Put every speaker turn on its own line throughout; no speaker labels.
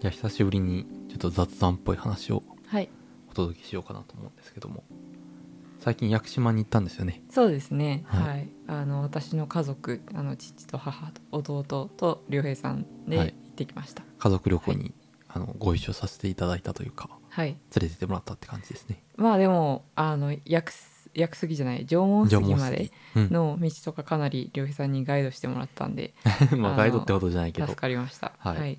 じゃあ久しぶりにちょっと雑談っぽい話を
はい
お届けしようかなと思うんですけども最近屋久島に行ったんですよね
そうですね
は
はいい、あの私の家族あの父と母と弟と良平さんで
は
行
い
ってきました
家族旅行に、あのご一緒させていただいたというか
はい、
連れてってもらったって感じですね
まあでもあの屋久す屋久杉じゃない縄文
じゃあ
杉
もう
ま
すぐ
で
うん
の道とかかなり良平さんにガイドしてもらったんで
まあ
あの
ガイドってほどじゃないけど
助かりました
はい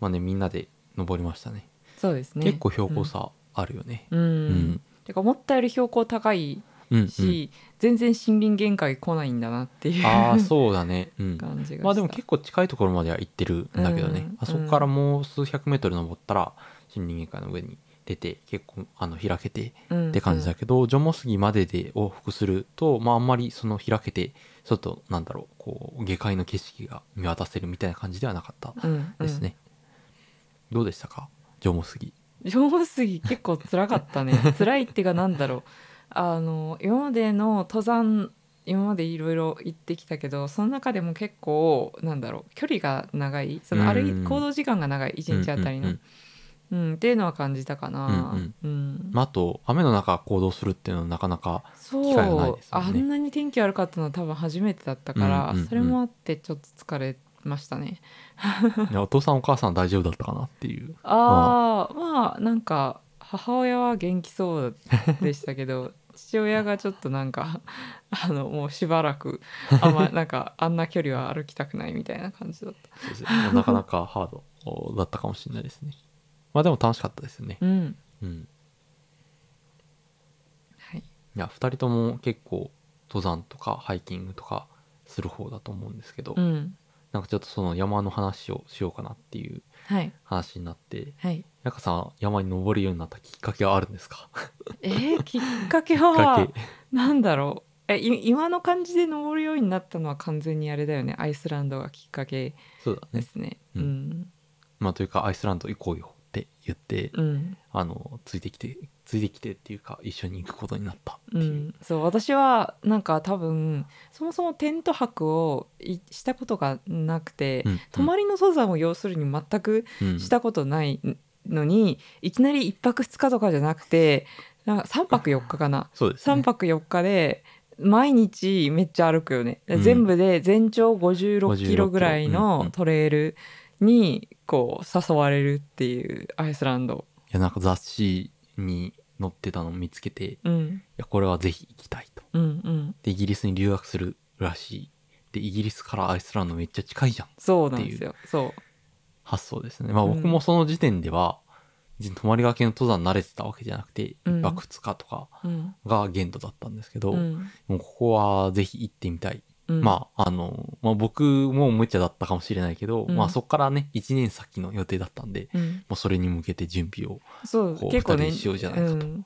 まあねみんなで登りましたね
そうですね
結構標高差あるよね
うん、
う
うん、てか思ったより標高高い
うんうん
し、全然森林限界来ないんだなっていう
ああそうだねうん
感じがした
まあでも結構近いところまでは行ってるんだけどね、
うん
あそこからもう数百メートル登ったら森林限界の上に出て結構あの開けて
構
って感じだけど、ジョモスギまでで往復すると、まあ、あんまりその開けてちょっとなんだろうこう下界の景色が見渡せるみたいな感じではなかった
うん
ですね、どうでしたかジョモスギ
縄文杉結構辛かっ たね辛いっていうかなんだろうあの今までの登山今までいろいろ行ってきたけどその中でも結構なんだろう距離が長いその歩い
うん
行動時間が長い一日あたりの、
う
うんんっていうのは感じたかな、
うん
うん
まあ、あと雨の中行動するっていうのはなかな か
そう、
機会がないですも
あ
んね
んなに天気悪かったのは多分初めてだったから、
うんうんうん
それもあってちょっと疲れましたね
いやお父さんお母さん大丈夫だったかなって いう
ああまあなんか母親は元気そうでしたけ ど父親がちょっとなんかあのもうしばらくあ んまなんかあんな距離は歩きたくないみたいな感じだった
そうですねなかなかハードだったかもしれないですねまあでも楽しかったですよね
うん
うん
はい
いや2人とも結構登山とかハイキングとかする方だと思うんですけど、
うん
なんかちょっとその山の話をしようかなっていう
はい
話になって
はい
中さん山に登るようになったきっかけはあるんです か
えー、きっかけ
きっか
は
け
なんだろうえい今の感じで登るようになったのは完全にあれだよねアイスランドがきっかけ
そうだ
で
ね、
すね
う
うんん
まあ、というかアイスランド行こうよって言って、
うん
あのついてきてついてきてっていうか一緒に行くことになったって
う
いう、
ん、そう私はなんか多分そもそもテント泊をいしたことがなくて、
うん
泊まりの登山を要するに全く
うん
したことないのに、いきなり1泊2日とかじゃなくてなんか3泊4日かな
そうです、
3
ね、
泊4日で毎日めっちゃ歩くよね、
うん
全部で全長56
56
キロぐらい
うんうん
のトレイルにこう誘われるっていうアイスランド。
いやなんか雑誌に載ってたのを見つけてい
うん
やこれはぜひ行きたいと
うんうん、
でイギリスに留学するらしいでイギリスからアイスランドめっちゃ近いじゃん
そうなんですよそう
発想ですねまあ
うん
僕もその時点では、別に泊まりがけの登山慣れてたわけじゃなくて
う
1
ん
泊2日とか
うん
が限度だったんですけど、
うん
もうここはぜひ行ってみたい、
うん
まああの、まあ、僕も無茶だったかもしれないけど、
うん
まあそこからね1年先の予定だったんでもうそれに向けて準備を
そう
こう
結構
二
ね
人一緒じゃないかと
うん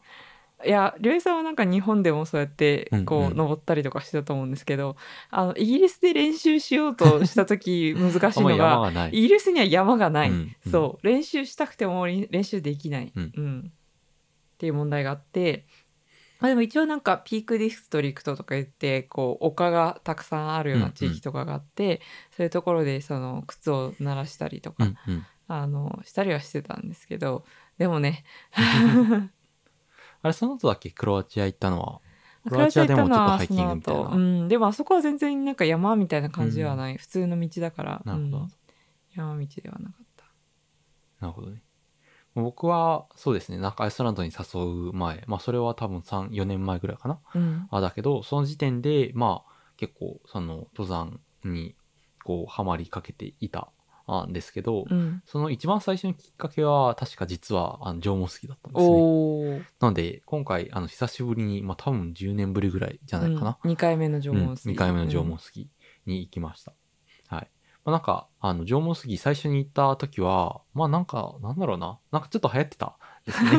いや龍平さんはなんか日本でもそうやってこう、
うんうん
登ったりとかしてたと思うんですけどあのイギリスで練習しようとした 時難し
あん
い
ま
の
り山
が
がない
イギリスには山がない、
うんうん
そう練習したくても練練習できない、
うん
うんっていう問題があって。まあでも一応なんかピークディストリクトとか言ってこう丘がたくさんあるような地域とかがあって、そういうところでその靴を鳴らしたりとか
うんうん、
あのしたりはしてたんですけどでもね
あれその後だっけクロアチア行ったのはク
ク
ロ
ロ
ア
ア
チ
チ
ア
ア
で
で
も
も
ち
ち
ょ
ょ
っと
っと
ハ
ハ
イ
イ
キ
キ
ング
ン
み
グ
たいな
うん、でもあそこは全然なんか山みたいな感じではない、普通の道だから、
なるほど
うん山道ではなかった
なるほどね。僕は、そうですね、なんかアイスランドに誘う前、まあそれは多分3、4年前ぐらいかな。
うん
あだけど、その時点で、まあ結構、その登山に、こう、ハマりかけていたんですけど、
うん
その一番最初のきっかけは、確か実は、あの、縄文杉だったんですね。
おお、
なので、今回、あの、久しぶりに、まあ多分10年ぶりぐらいじゃないかな。
2回目の縄文
うん、
杉、
2回目の縄文杉に行きました、はい、まあ、なんかあの縄文杉最初に行った時はまあなんかなんだろうななんかちょっと流行ってたです ね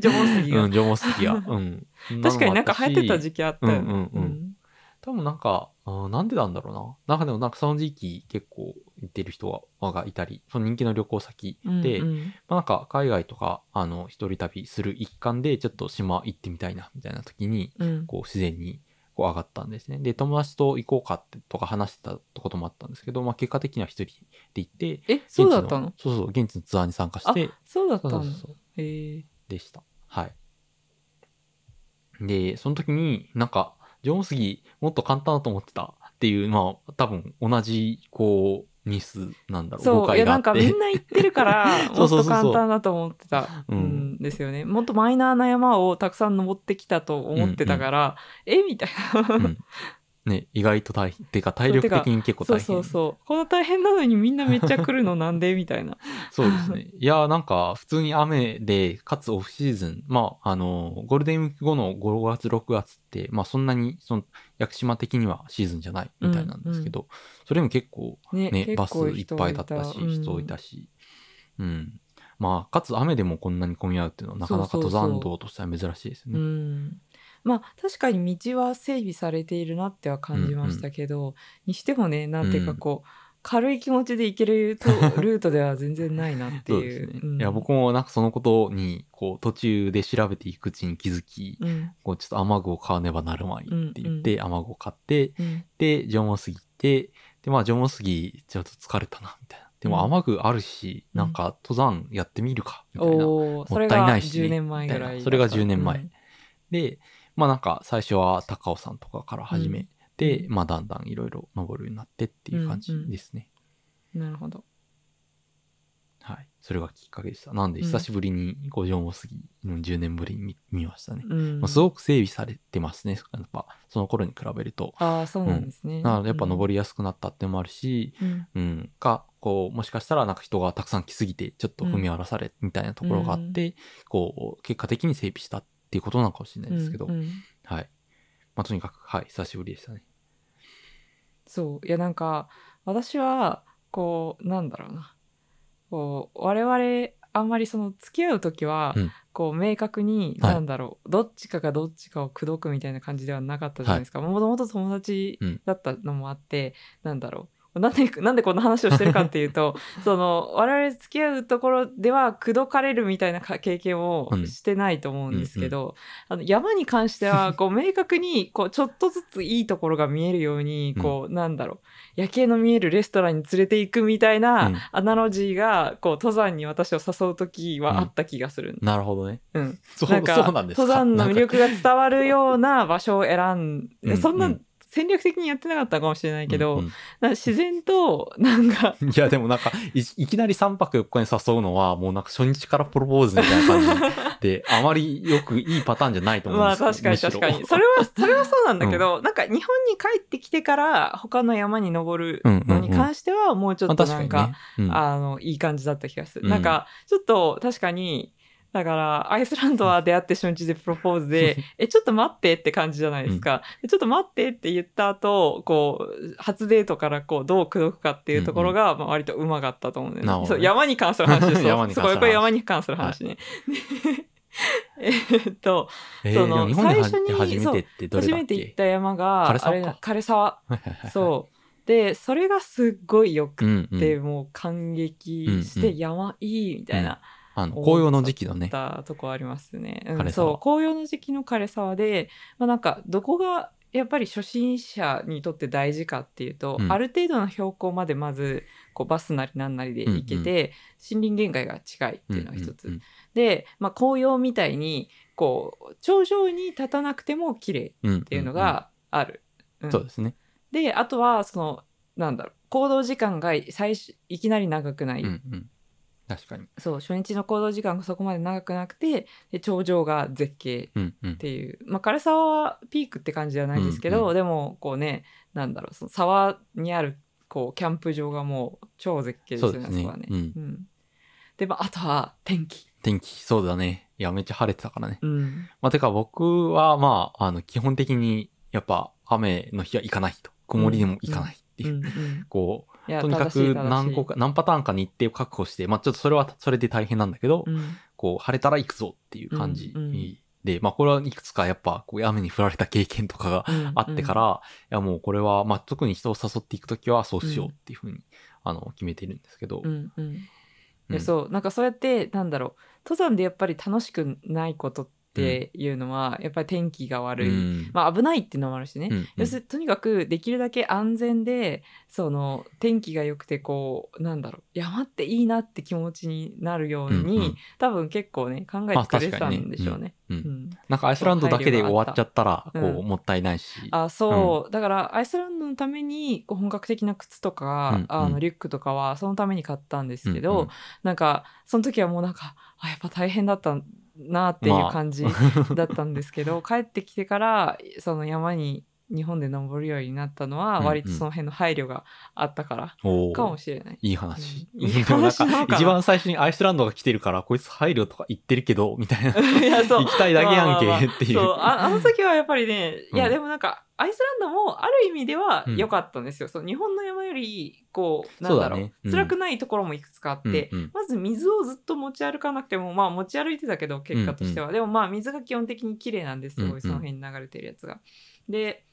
縄文杉が、
うん縄文杉が、うん、
確かになんか流行ってた
期
時期あったよ
う
ね
んうんうん多分なんかあーなんでなんだろうななんかでもなんかその時期結構行ってる人ががいたりその人気の旅行先で、
うんうん
まあ、なんか海外とかあの一人旅する一環でちょっと島行ってみたいなみたいな時に
うん
こう自然にこ構上がったんですね。で、友達と行こうかってとか話してたこともあったんですけど、まあ結果的には一人で行って、
えそうだったの
現地そうそう、現地のツアーに参加して、
そうだった
そうそ
の
うそう、
へえ
でした。はい。で、その時になんか、ジョンスギもっと簡単だと思ってたっていう、まあ多分同じ、こう、ミスなんだろう、誤
そうい
解
や
が
な
あっ
んかみ
て
ん。な言ってるから
そ
も
う
っ
そうそう
と
そう
簡単だと思ってた
うん
んですよねもっとマイナーな山をたくさん登ってきたと思ってたから、えみたいな、
うんね、意外と大変。てか体力的に結構
そ
大
う
変。
そうそうこんな大変なのにみんなめっちゃ来るのなんでみた いな
そうですね。いやー、なんか、普通に雨で、かつオフシーズン、まあ、あのーゴールデンウィーク後の5月、6月って、まあ、そんなに、その、屋久島的にはシーズンじゃないみたいなんですけど、それでも結構、
ね
ね、バスいっぱいだ
だ
ったし、人いたし、うん。まあ、かつ雨でもこんなに混み合うっていうのは、なかなか
そうそ
登
うそう
山道としては珍しいです
う
ね。
ん、まあ確かに道は整備されているなっては感じましたけど、にしてもねなんていうかこう、軽い気持ちで行けるとルートでは全然ないなっ て
そう
い
で
う。
すね。
うん
いや、僕もなんかそのことに、こう、途中で調べていくうちに気づき、
うん
こう、ちょっと雨具を買わねばなるまいって言って、雨具を買って、
うん
で、縄文杉行って、で、まあ縄文杉ちょっと疲れたな、みたいな。でも
うん
雨具あるし、
うん
なんか登山やってみるか、みたいな。
おーそ
もっ
れ
たい
が
ないしね
10年前ぐら
みたい
い
なそれが10年
う
前
ん。
で、まあなんか最初は高尾山とかから始めて、
うん
まあだんだんいろいろ登るようになってっていう感じですね。
なるほど
はい。それがきっかけでした。なんで久しぶりにこう縄文杉の10年ぶりに見見ましたね。
うん
まあ、すごく整備されてますね。やっぱその頃に比べると。
ああそうなんですね、
なのでやっぱ登
り、
りやすくなったっていうのもあるし、
うん
うん、か、こう、もしかしたらなんか人がたくさん来すぎて、ちょっと踏み荒らされ、みたいなところがあって、こう、結果的に整備したっていうことなのかもしれないですけど、
うんうん
はい。まあ、とにかく、はい、久しぶりでしたね。
そういやなんか私はこうなんだろうなこう我々あんまりその付き合う時は、
うん
こう明確に
はい
なんだろう、どっちかがどっちかを口説くみたいな感じではなかったじゃないですかもともと友達
うん
だったのもあって、なんだろうなんでなんでこんな話をしてるかってい うとその我々付き合うところでは口説かれるみたいなか経験を
うん
してないと思うんですけど、あの山に関して はこう明確にこうちょっとずついいところが見えるようにこう、なんだろう夜景の見えるレストランに連れて行くみたい
うん
なアナロジーが、こう登山に私を誘う時はあった気がする、
なるほどね。
うん
そう、
なんか
そうなんですか
登山の魅
なんか
力が伝わるような場所を選ん
うん
でそん
う
なん戦略的にやってなかったかもしれないけ
う
ど、
んうん
なんか自然となんか
いや、でもなんかい、いきなり3泊4日に誘うのは、もうなんか初日からプロポーズみたいな感じで、あまりよくいいパターンじゃないと思うん
ま
で
あ
すけど
確かに確
む
かに
し
そ
ろ
れ はそれはそうなんだけど、なんか日本に帰ってきてから他の山に登る
うんうん
の
うん
に関してはもうちょ
ま
っ
あ
と
確
な
か
ん
に
か
ね。うん
あの、いい感じだった気がする。
うん
なんか、ちょっと確かに、だから、アイスランドは出会って初日でプロポーズで、 え、ちょっと待ってって感じじゃないですか。ちょっと待ってって言った後、こう、初デートからこう、どう口説くかっていうところが、まあ割とうまかったと思うんだよ
な
ね
るほど
そ
ね
う、山に関する話ですよ。
山に関する話
そうこれ山に関する話ね。で えっと、
えー
そ
で
の
も日本に
最初に
初めてってどれ
初
だっ
めて行っ
け
た山が、
枯
あ
沢
れ
か
だ、枯沢。
う。
そう。で、それがすっごいよくて
うん、うん
でもう感激し
うんう
て
ん
山いいみたいな、
あの、紅葉の時期のね。
たとこありますね。うん
枯れ沢
そう紅葉の時期の枯れ沢で、まあ、なんかどこがやっぱり初心者にとって大事かっていうと、
うん
ある程度の標高までまずこうバスなりなんなりで行けて、
うんうん
森林限界が近いっていうのが一つ。
うんうん
で、まあ、紅葉みたいにこう頂上に立たなくても綺麗っ
うん。って
いうの、がある。うん
そうですね。
であとはそのなんだろう行動時間が最初いきなり長くない、
うんうん。確かに。
そう初日の行動時間がそこまで長くなくてで頂上が絶景
うんうん
っ。ていうまあ枯沢はピークって感じじゃないですけど、
うんうん
でもこうねなんだろうその沢にあるこうキャンプ場がもう超絶景ですよ
そ
ね
うですね
あこはね、
うん
でまああとは天気、
天気、そうだね。いや、めっちゃ晴れてたからね。
うん、
まあ、てか僕は、まあ、あの、基本的に、やっぱ、雨の日は行かないと。曇りでも行かないっていう。
うんうん
こう、
いや
とにか
正し
く
い正しい
何個か、何パターンか日程を確保して、まあ、ちょっとそれは、それで大変なんだけど、
うん
こう、晴れたら行くぞっていう感じ。
うんうん
で、まあ、これはいくつかやっぱ、こう、雨に降られた経験とかが
うん
あってから、いやもうこれは、まあ、特に人を誘っていくときはそうしようっていうふうに、あの決めてるんですけど、
うんうん
うん
でそうなんかそうやってなんだろう登山でやっぱり楽しくないことっっていうのは、やっぱり天気が悪い、
うん
まあ、危ないっていうのもあるしね、
うんうん
要するにとにかくできるだけ安全でその天気が良くてこうなんだろう山っていいなって気持ちになるように、
うんうん
多分結構ね考え
まあ
てくれてたんでしょうね。
うんうん
うん
なんかアイスランドだけで終わっちゃったら、
う
こ
ん
う、もったいないし。
あそう、だからアイスランドのためにこう本格的な靴とか、
うんうん
あのリュックとかはそのために買ったんですけど、
うんうん
なんかその時はもうなんかあやっぱ大変だったなっていう感 じだったんですけど、帰ってきてからその山に日本で登るようになったのは
うんうん
割とその辺の配慮があったから
おー
かもしれない。
いい話。
うんいい話
でも
なの
な
か
ん
な
か、一番最初にアイスランドが来てるから、こいつ入るとか言ってるけど、みたいな。
いや そう
行きたいだけやん
まあまあ
け
まあ
ってい
そうう。ああの時はやっぱりね、いや
うん
でもなんかアイスランドもある意味では
うん
良かったんですよ、その日本の山よりこうな
そ
ん
う
だ
だ
ろう
ねうん
辛くないところもいくつかあって、
うんうん
まず水をずっと持ち歩かなくてもまあ持ち歩いてたけど結果としては、でもまあ水が基本的に綺麗なんですす
うん
ご
うん
いその辺に流れてるやつが。で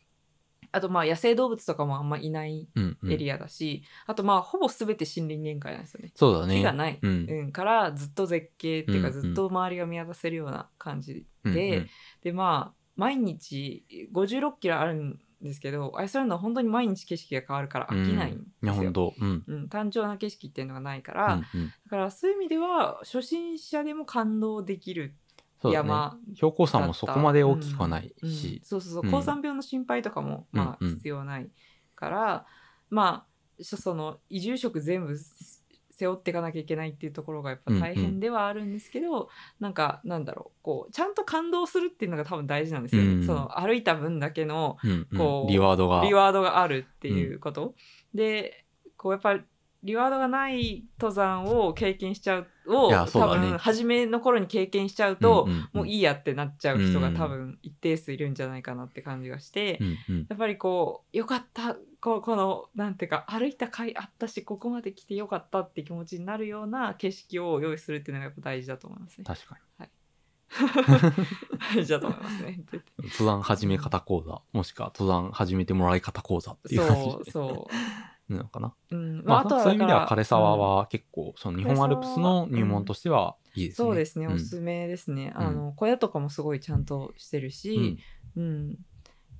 あとまあ野生動物とかもあんまいない
うんうん
エリアだし、あとまあほぼ全て森林限界なんですよね。
そうだね。
木がない、
うん
うん、からずっと絶景っていうか
うんうん
ずっと周りが見渡せるような感じで、
うんうん
でまあ毎日56キロあるんですけどアイスランドは本当に毎日景色が変わるから飽きないん
い
で
や、
す
ほ
よ
ん。と。うん。
うん、単調な景色っていうのがないから、
う
だ
んうん
からそういう意味では初心者でも感動できる
そうだね。
山
標高差もそこまで大きくはない
うん
し、
そうそうそう
うん
高山病の心配とかも、まあ
うんうん
必要ないから、まあそその移住職全部す背負っていかなきゃいけないっていうところがやっぱ大変ではあるんですけど、なんかなんだろうこうちゃんと感動するっていうのが多分大事なんですよね、
うん
その歩いた分だけの
うんうん
こう
リワードが
リワードがあるっていうこと、でこうやっぱりリワードがない登山を経験しちゃうを
いやそう
多
だね
分初めの頃に経験しちゃうと、
んんん
もういいやってなっちゃう人が
うん
多分一定数いるんじゃないかなって感じがして、
うんうん
やっぱりこうよかったこうこのなんていうか歩いた甲斐あったしここまで来てよかったって気持ちになるような景色を用意するっていうのがやっぱ大事だと思いますね。
確か
大事だと思います ね。
に登山始め方講座もしくは登山始めてもらい方講座っていう感
そうそ
じなのかな、
う。うん
まあ、そういう意味では枯沢、
だから
は結構、その日本アルプスの入門としてはいい
うん
ですね、
そうですね、
うん
おすすめですね。
うん
あの小屋とかもすごいちゃんとして
う
るし
ん、
うん、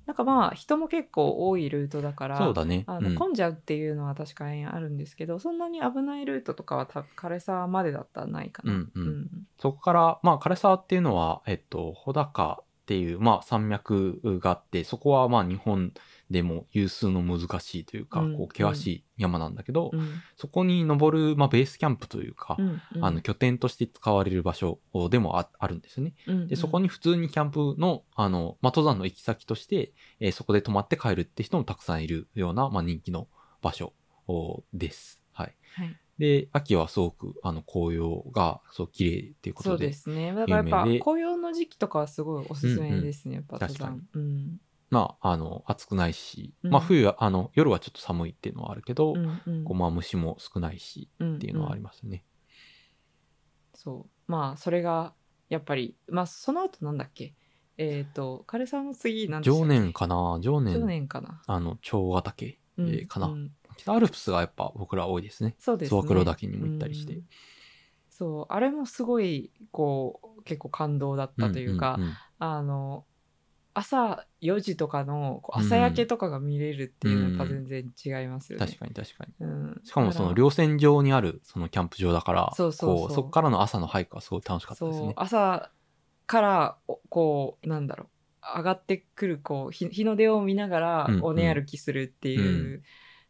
なんかまあ人も結構多いルートだから
そうだね
あ
う
の
ん
混んじゃうっていうのは確かにあるんですけど、そんなに危ないルートとかはた枯沢までだったらないかな。
うんうん
ん
そこから、まあ、枯沢っていうのは、えっと、穂高っていう、まあ、山脈があって、そこは、まあ、日本でも有数の難しいというか、
うん
こう、険しい山なんだけど、
うん
そこに登る、まあ、ベースキャンプというか、
うんうん
あの、拠点として使われる場所でもああるんですよね。
うんうん
で、そこに普通にキャンプの、あの、まあ、登山の行き先として、えーそこで泊まって帰るって人もたくさんいるような、まあ、人気の場所おです。はい。
はい
で、秋はすごく、あの、紅葉が、そう、綺麗っていうこ
そ
と
う
で、
ですね。だからやっぱ
有名で
紅葉の時期とかはすごいおすすめですね。やっぱ
確かに
登山うん
まあ、あの、暑くないし、
うん
まあ、冬は、あの、夜はちょっと寒いっていうのはあるけど、
うんうん
こうまあ、虫も少ないし、
うん
っていうのはあり
ん
ますね。
そうまあそれがやっぱりまあその後なんだっけえっ、と枯沢の次なんでしたっ
常
け
年かな常年、
常年かな。
あの、蝶ヶ岳、え
うん
ーかな、
うん
北アルプスがやっぱ僕ら多いですね。
そうです
ゾ
ね。
ワクロ岳にも行ったりして。
うんそうあれもすごいこう結構感動だったというか、
んんん
あの朝4時とかのこう
うん
朝焼けとかが見れるっていうのはやっぱ
う
全然違いますよね
確。かに確かに。
うん
しかもその
だ
稜線上にあるそのキャンプ場だから、
そうそうそう
こそこからの朝の俳句はすごい楽しからったです
そう
ね。
朝からおこうなんだろう上がってくるこう日日の出を見ながら
うんうん
尾根歩きするっていう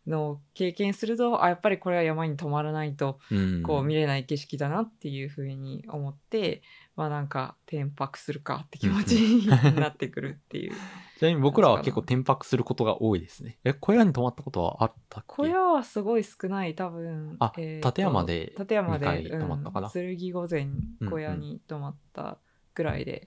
のを経験すると、あやっぱりこれは山に泊まらないと
うん
こう見れない景色だなっていうふうに思って、まあなんか転泊するかって気持ちになってくるっていう
ちなみに僕らは結構転泊することが多いですね。え、小屋に泊まったことはあったっけ
小屋はすごい少ない多分
あ
えーと
立山で
立山で
二回泊まったかな
うん、剣御前小屋に泊まったぐらいで、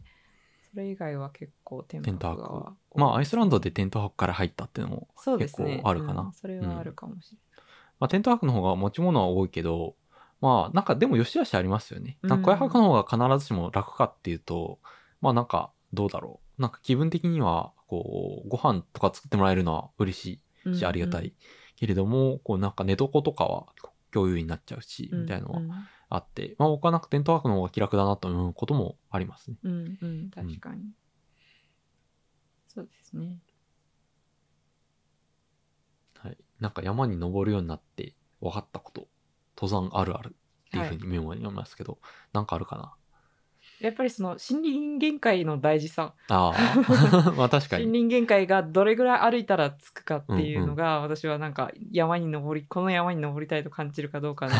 それ以外は結構転
テン
泊
ト
が
泊
多い。
まあアイスランドでテント泊から入ったっていうのも、
そうですね
結構あるかな
うんそれはあるかもし
まあテント泊の方が持ち物は多いけど、まあなんかでも良し悪しありますよね。
うん
なんか小屋泊の方が必ずしも楽かっていうと、まあなんかどうだろう。なんか気分的には、こう、ご飯とか作ってもらえるのは嬉しい
れない、
し、ありがたいけれども、こうなんか寝床とかは共有になっちゃうし、みたいなのは、
うんうん
あって、まあ、僕はなんかテントワークの方が気楽だなと思うこともありますね。
うんうん確かに、そうですね
はい。なんか山に登るようになって分かったこと、登山あるあるっていうふうにメモに読みますけど、なんかあるかな
やっぱりその森林限界の大事さ
あ あ、まあ確か
森
に。
林限界がどれぐらい歩いたら着くかっていうのが、私はなんか山に登りこの山に登りたいと感じるかどう かの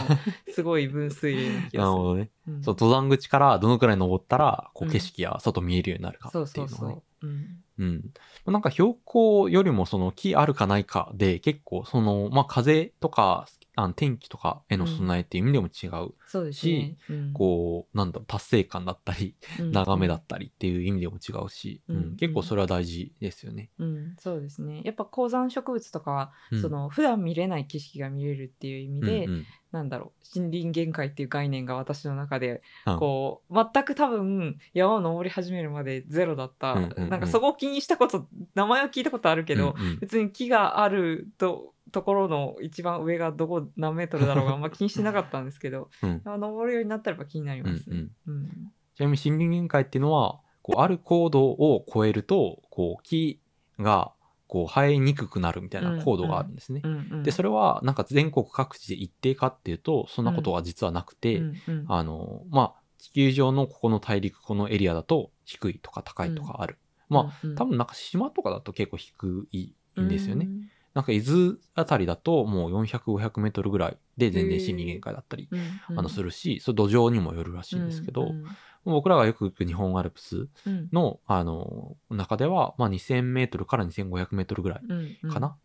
すごい分水嶺な気
なる
がす
ほどね。
る、うん
そう、登山口からどのくらい登ったら、こ
う
う、
ん
景色や外見えるようになるかって
そ
いううのがね。
そうそう、うん、
うん。なんか標高よりもその木あるかないかで結構その、まあ風とかあの天気とかへの備えっていう意味でも違う。
そうですね、うん
こう、なんだろう、達成感だったり、
うん
眺めだったりっていう意味でも違うし、
うん
うん結構それは大事ですよね。
うん、そうですねやっぱ高山植物とかは、
うん
その普段見れない景色が見れるっていう意味で、
うんうん
なんだろう森林限界っていう概念が私の中で
うん
こう全く多分山を登り始めるまでゼロだった、
うんうんうん
なんかそこを気にしたこと名前は聞いたことあるけど、
うんうん
別に木があるとところの一番上がどこ何メートルだろうがあんま気にしてなかったんですけど、
うん
山登るようになったらやっぱ気になりますね。うん
ちなみに森林限界っていうのは、こうある高度を超えると、こう木がこう生えにくくなるみたいな高度があるんですね
う。んうん
で、それはなんか全国各地で一定かっていうと、そんなことは実はなくて、
うんうん
あの、まあ、地球上のここの大陸、このエリアだと低いとか高いとかある。ま
うんうん
多分なんか島とかだと結構低いんですよね。なんか伊豆あたりだともう400、500メートルぐらいで全然森林限界だったり、
うんうん
あの、するし、それ土壌にもよるらしいんですけど、
うんうん
僕らがよく行く日本アルプス
うん
の、あの、中では、まあ、2000メートルから2500メートルぐらい
うんうん
かな、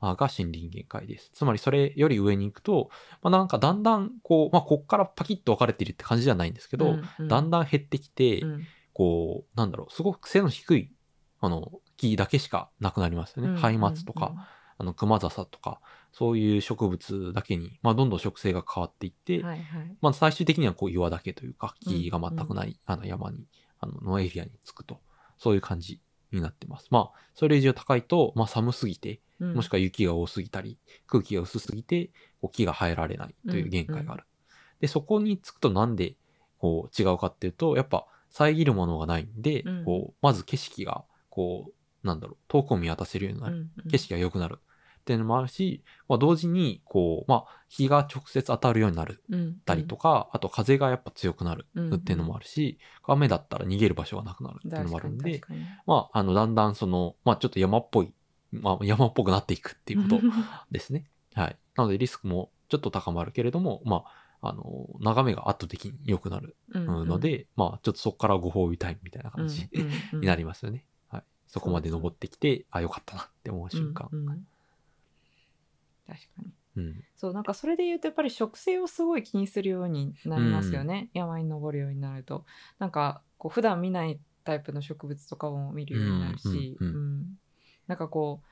あが森林限界です。つまりそれより上に行くと、まあ、なんかだんだんこう、まあ、こっからパキッと分かれてるって感じじゃないんですけど、
うんうん
だんだん減ってきて、
うん
こう、なんだろう、すごく背の低い、あの、木だけしかなくなりますよね。ハイマツとか、、あの、クマザサとか、そういう植物だけに、まあ、どんどん植生が変わっていって、
うんうんはいはい
まあ、最終的にはこう岩だけというか、木が全くない、あの山に、あの、のエリアに着くと、そういう感じになってます。まあ、それ以上高いと、まあ、寒すぎて、
うん
もしくは雪が多すぎたり、空気が薄すぎて、こう木が生えられないという限界がある。で、そこに着くとなんで、こう、違うかっていうと、やっぱ、遮るものがないんで、
うん
こう、まず景色が、こう、なんだろう、遠くを見渡せるようになる。
うんうん
景色が良くなる。っていうのもあるし、まあ、同時に、こう、まあ、日が直接当たるようになるったりとか、あと風がやっぱ強くなる
うん
っていうのもあるし、雨だったら逃げる場所がなくなるっていうのもあるんで、
確かに
まあ、あの、だんだんその、まあちょっと山っぽい、まあ山っぽくなっていくっていう
確
こと
かに
ですね。はい。なのでリスクもちょっと高まるけれども、まあ、あの、眺めが圧倒的に良くなる
うんうん
ので、まあちょっとそこからご褒美タイムみたいな感じ
うんうんうん
になりますよね。はい。そこまで登ってきて、あ、良かったなって思う瞬間。
うんうん確かに
うん。
そうなんかそれで言うとやっぱり植生をすごい気にするようになりますよね、山に登るようになるとなんかこう普段見ないタイプの植物とかも見るようになるし、
うんうんう
うんなんかこ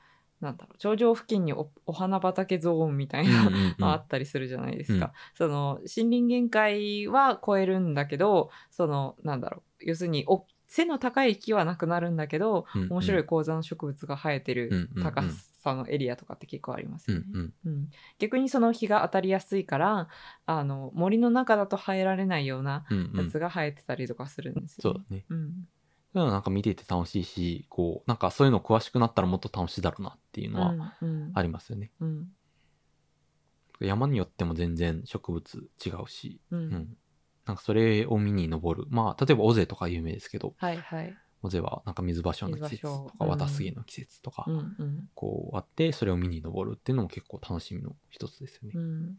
うなんだろう頂上付近におお花畑ゾーンみたい
うん
な、
うんうん
あったりするじゃないですか、
うん
その森林限界は超えるんだけどそのなんだろう要するにお背の高い木はなくなるんだけど
うんうん
面白い高山植物が生えてる
うんうん
高さのエリアとかって結構あります
う
よね
ん。うん。
うん逆にその日が当たりやすいからあの森の中だと生えられないような
うんう
や
ん
つ。が生えてたりとかするんです
そ
よ
う
ね、
だね。
うん
そういうのなんか見ていて楽しいし、こう、なんかそういうの詳しくなったらもっと楽しいだろうなっていうのは
うん
ありますよね。
うん
山によっても全然植物違うし、
う
うんん。なんかそれを見に登る。まあ、例えば尾瀬とか有名ですけど、
はいはい
尾瀬はなんか水場所の季節と
水
か、
芭蕉
綿杉の季節とか
う、んうん
こうあって、それを見に登るっていうのも結構楽しみの一つですよね
う。ん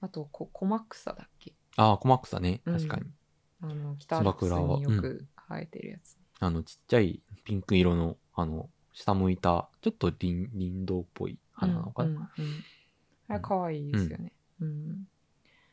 あとこ細草だっけ
ああ、細草ね。確かに。
うあの北アルプスによく生えてるやつ。
あの、ちっちゃいピンク色の、あの、下向いた、ちょっと林林道っぽい花なのかな。
うんうんうんあれ可愛いですよね。うん。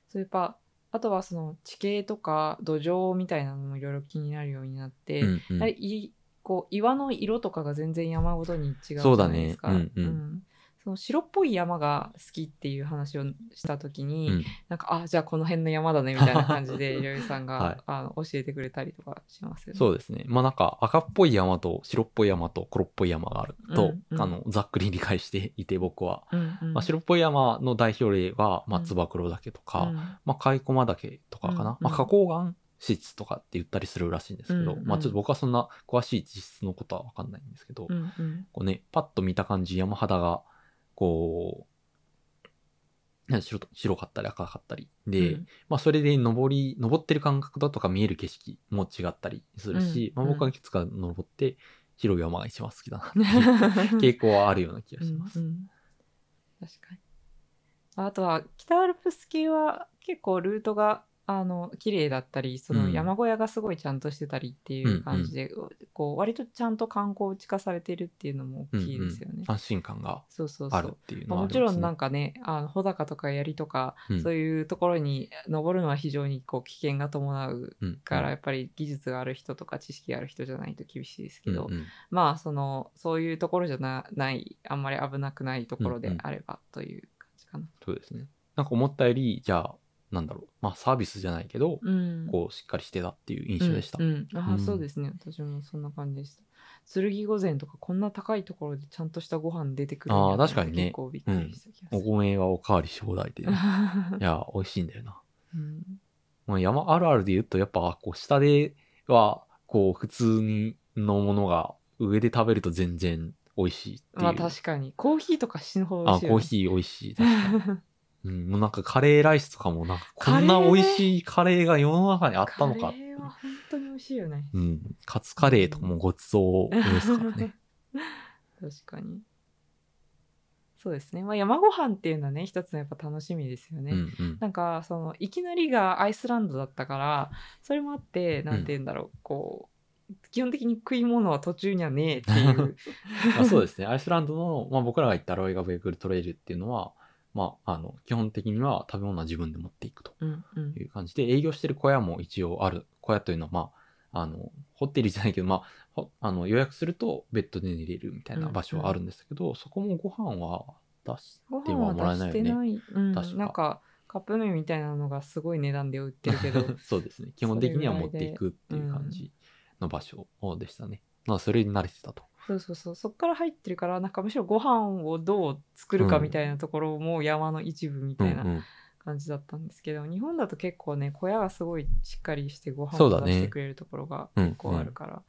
そうやっぱあとはその地形とか土壌みたいなのもいろいろ気になるようになって、
うんうん
やはりいこう岩の色とかが全然山ごとに違うじ
そう
ゃ
だ
ない
ね
ですか。
うんうん
その白っぽい山が好きっていう話をした時に、
うん
なんかあじゃあこの辺の山だねみた いな感じでいろいろさんが、
はい
あの教えてくれたりとかしますよね。
そうですね。まあなんか赤っぽい山と白っぽい山と黒っぽい山があると、
うんうん
あの、ざっくり理解していて僕は。
うんうん
まあ、白っぽい山の代表例は、まあ、
うん
つば九郎岳とか、
うん
まあ、カイコマ岳とかかな。
うんうん
まあ、花崗岩質とかって言ったりするらしいんですけど、
うんうん
まあちょっと僕はそんな詳しい地質のことはわかんないんですけど、
うんうん
こうね、パッと見た感じ山肌が、こう、ね白と白かったり赤かったりで、
うん
まあ、それで登り、登ってる感覚だとか見える景色も違ったりするし、
うん
まあ、僕はいくつか登って、広い山が一番好きだなっていう 傾向はあるような気がします。
うんうん確かにあとは北アルプス系は結構ルートがあの綺麗だったりその
うん
山小屋がすごいちゃんとしてたりっていう感じで、こう割とちゃんと観光地化されてるっていうのも大きいですよね。
うんうん安心感が
そうそうそ
あ
う
るっていう
ま
のはあ
あ、も
り
ちろん
ま
な
す
んかねあの穂高とか槍とか、
うん
そういうところに登るのは非常にこう危険が伴う
ね
からやっぱり技術がある人とか知識がある人じゃないと厳しいですけど、
うんうんうん
まあそのそういうところじゃなないあんまり危なくないところ
うん
で
うん
あればという感じかな。
そうですね。なんか思ったより、じゃあ、なんだろう、まあサービスじゃないけど、
うん
こうしっかりしてたっていう印象でした。
うんうんあ
う
あ
ん
そうですね、私もそんな感じでした。剣御膳とかこんな高いところでちゃんとしたご飯出てくるんや
ああ確かにね
結構びっくりした気がす
お
る。
米はおかわりし放題で、ね、いや、美味しいんだよな。
うん
まあ、山あるあるで言うと、やっぱ、こう、下では、こう、普通のものが、上で食べると全然美味しいっていう。
まあ確かにコーヒーとか死ぬほど美
あ、
味しいよ
コー
ね
ヒー美味しい。確かに。 うん、もうなんかカレーライスとかも、なんか、こんな
カレーね
美味しいカレーが世の中にあったのかっ
カ
てい
レ
う
ーは本当に美味しいよね。
うん。カツカレーとかもごちそうですからね。
確かに。そうですね。まあ山ご飯っていうのはね一つのやっぱ楽しみですよね。
うんうん。
なんかそのいきなりがアイスランドだったからそれもあってなんて言うんだろう、こう基本的に食い物は途中にはねえっていう
まあ、そうですね。アイスランドの、まあ、僕らが行ったロイガベーグルトレイルっていうのは、まあ、あの、基本的には食べ物は自分で持っていくと
うん、うん
いう感じで、営業してる小屋も一応ある。小屋というのは、まあ、あの、ホテルじゃないけど、まあほ、あの予約するとベッドで寝れるみたいな場所はあるんですけど、そこもご飯は出し
ご
て
飯
は
は
もらえ
出
ない
して
よね。
ない、うん、
確か
なんかカップ麺みたいなのがすごい値段で売ってる けど
そうですね。基本的には持っていくっていう感じの場所でしたね。まあ、それに慣れてたと。
そうそうそうそっから入ってるからなんかむしろご飯をどう作るかみたいなところも山の一部み
う
た
んう。
いなん感じだったんですけど、日本だと結構ね小屋がすごいしっかりしてご飯
そう
を
だ
出
ね
してくれるところが
うん
結構あるから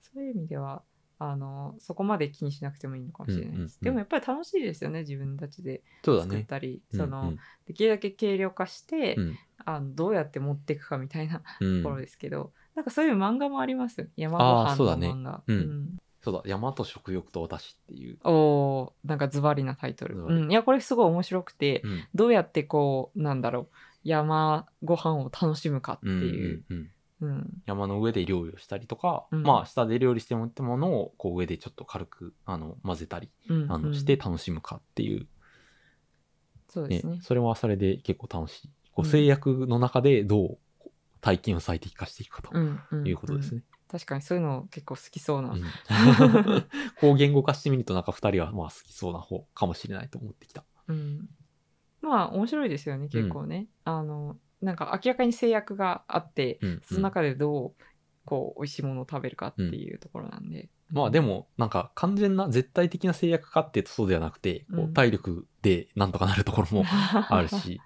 そう,、いう意味ではあのそこまで気にしなくてもいいのかもしれないです、
うんうんうん
でもやっぱり楽しいですよね自分たちで
そうだ
作っ
ね。
たり、
うん
その、できるだけ軽量化して、
うん
あのどうやって持っていくかみたいな
うん
ところですけど、なんかそういう漫画もありますよ山
あーそ
ご
う
飯
だ
の
ね
漫画、
うんそうだ、山と食欲と私っていう。
うんおーなんかズバリなタイトル、
ズバリ
うん、いやこれすごい面白くて、
うん
どうやってこうなんだろう山ご飯を楽しむかっていう、
うんうんうん
うん
山の上で料理をしたりとか、
うん
まあ下で料理してもらったものをこう上でちょっと軽くあの混ぜたり
うんうん
あのして楽しむかっていう、
そうで
ね
すね
それはそれで結構楽しいこう
うん
制約の中でどうこう体験を最適化していくかと
うんうんうん
いうことですね、
確かにそういうの結構好きそうな、
うん こう言語化してみるとなんか2人はまあ好きそうな方かもしれないと思ってきた
うんまあ面白いですよね結構ね、あのなんか明らかに制約があって
うんうん
その中でどうこう美味しいものを食べるかっていうところなんで、
まあでもなんか完全な絶対的な制約かっていうとそうではなくてこ
うん
う体力でなんとかなるところ もあ
あ
るし、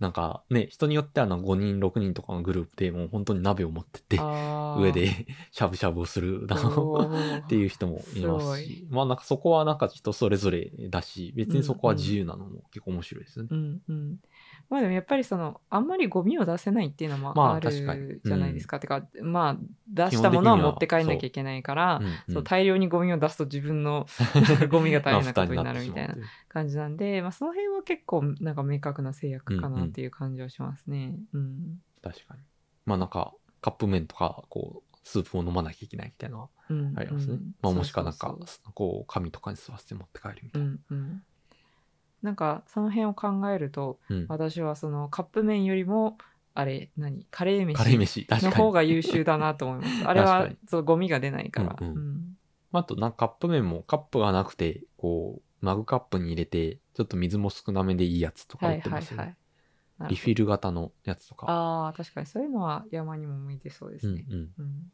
なんかね、人によってはあの5人、6人とかのグループでもう本当に鍋を持ってって、上で しゃぶしゃぶをするなっていうう人もいます
す
し、まあなんかそこはなんか人それぞれだし、別にそこは自由なのも結構面白いですよね。
うんうん、まあでもやっぱりそのあんまりゴミを出せないっていうの
ま
も
あ
あ
確かに
るじゃないですか,、てかまあ出したものは持って帰んなきゃいけないから
うん
そう大量にゴミを出すと自分のなんかゴミが大変なことになるみたい
まあ負担にってしま
な
うという
感じなんで、まあ、その辺は結構なんか明確な制約かなっていう感じはしますね。うん
確かに。まあなんかカップ麺とか、こう、スープを飲まなきゃいけないみたいなのは
うん
ありますね。まあもしくはなんか、こう、紙とかに吸わせて持って帰るみ
う
たいな。
んうん、なんかその辺を考えると
うん
私はそのカップ麺よりもあれ何カレー飯
カレー飯、確か
の
に。
方が優秀だなと思い ます。あれ
確
は
かに
そうゴミが出ないから。
うんうん
うん
まああと、なんかカップ麺もカップがなくて、こう、マグカップに入れて、ちょっと水も少なめでいいやつとか
は
売
い
って
は
ま
い
すよね。
はいなる
リ
ほ
フィル型のやつと
ど
か。
ああ確かにそういうのは山にも向いてそうで
う
す
んう
ね、
ん。
うん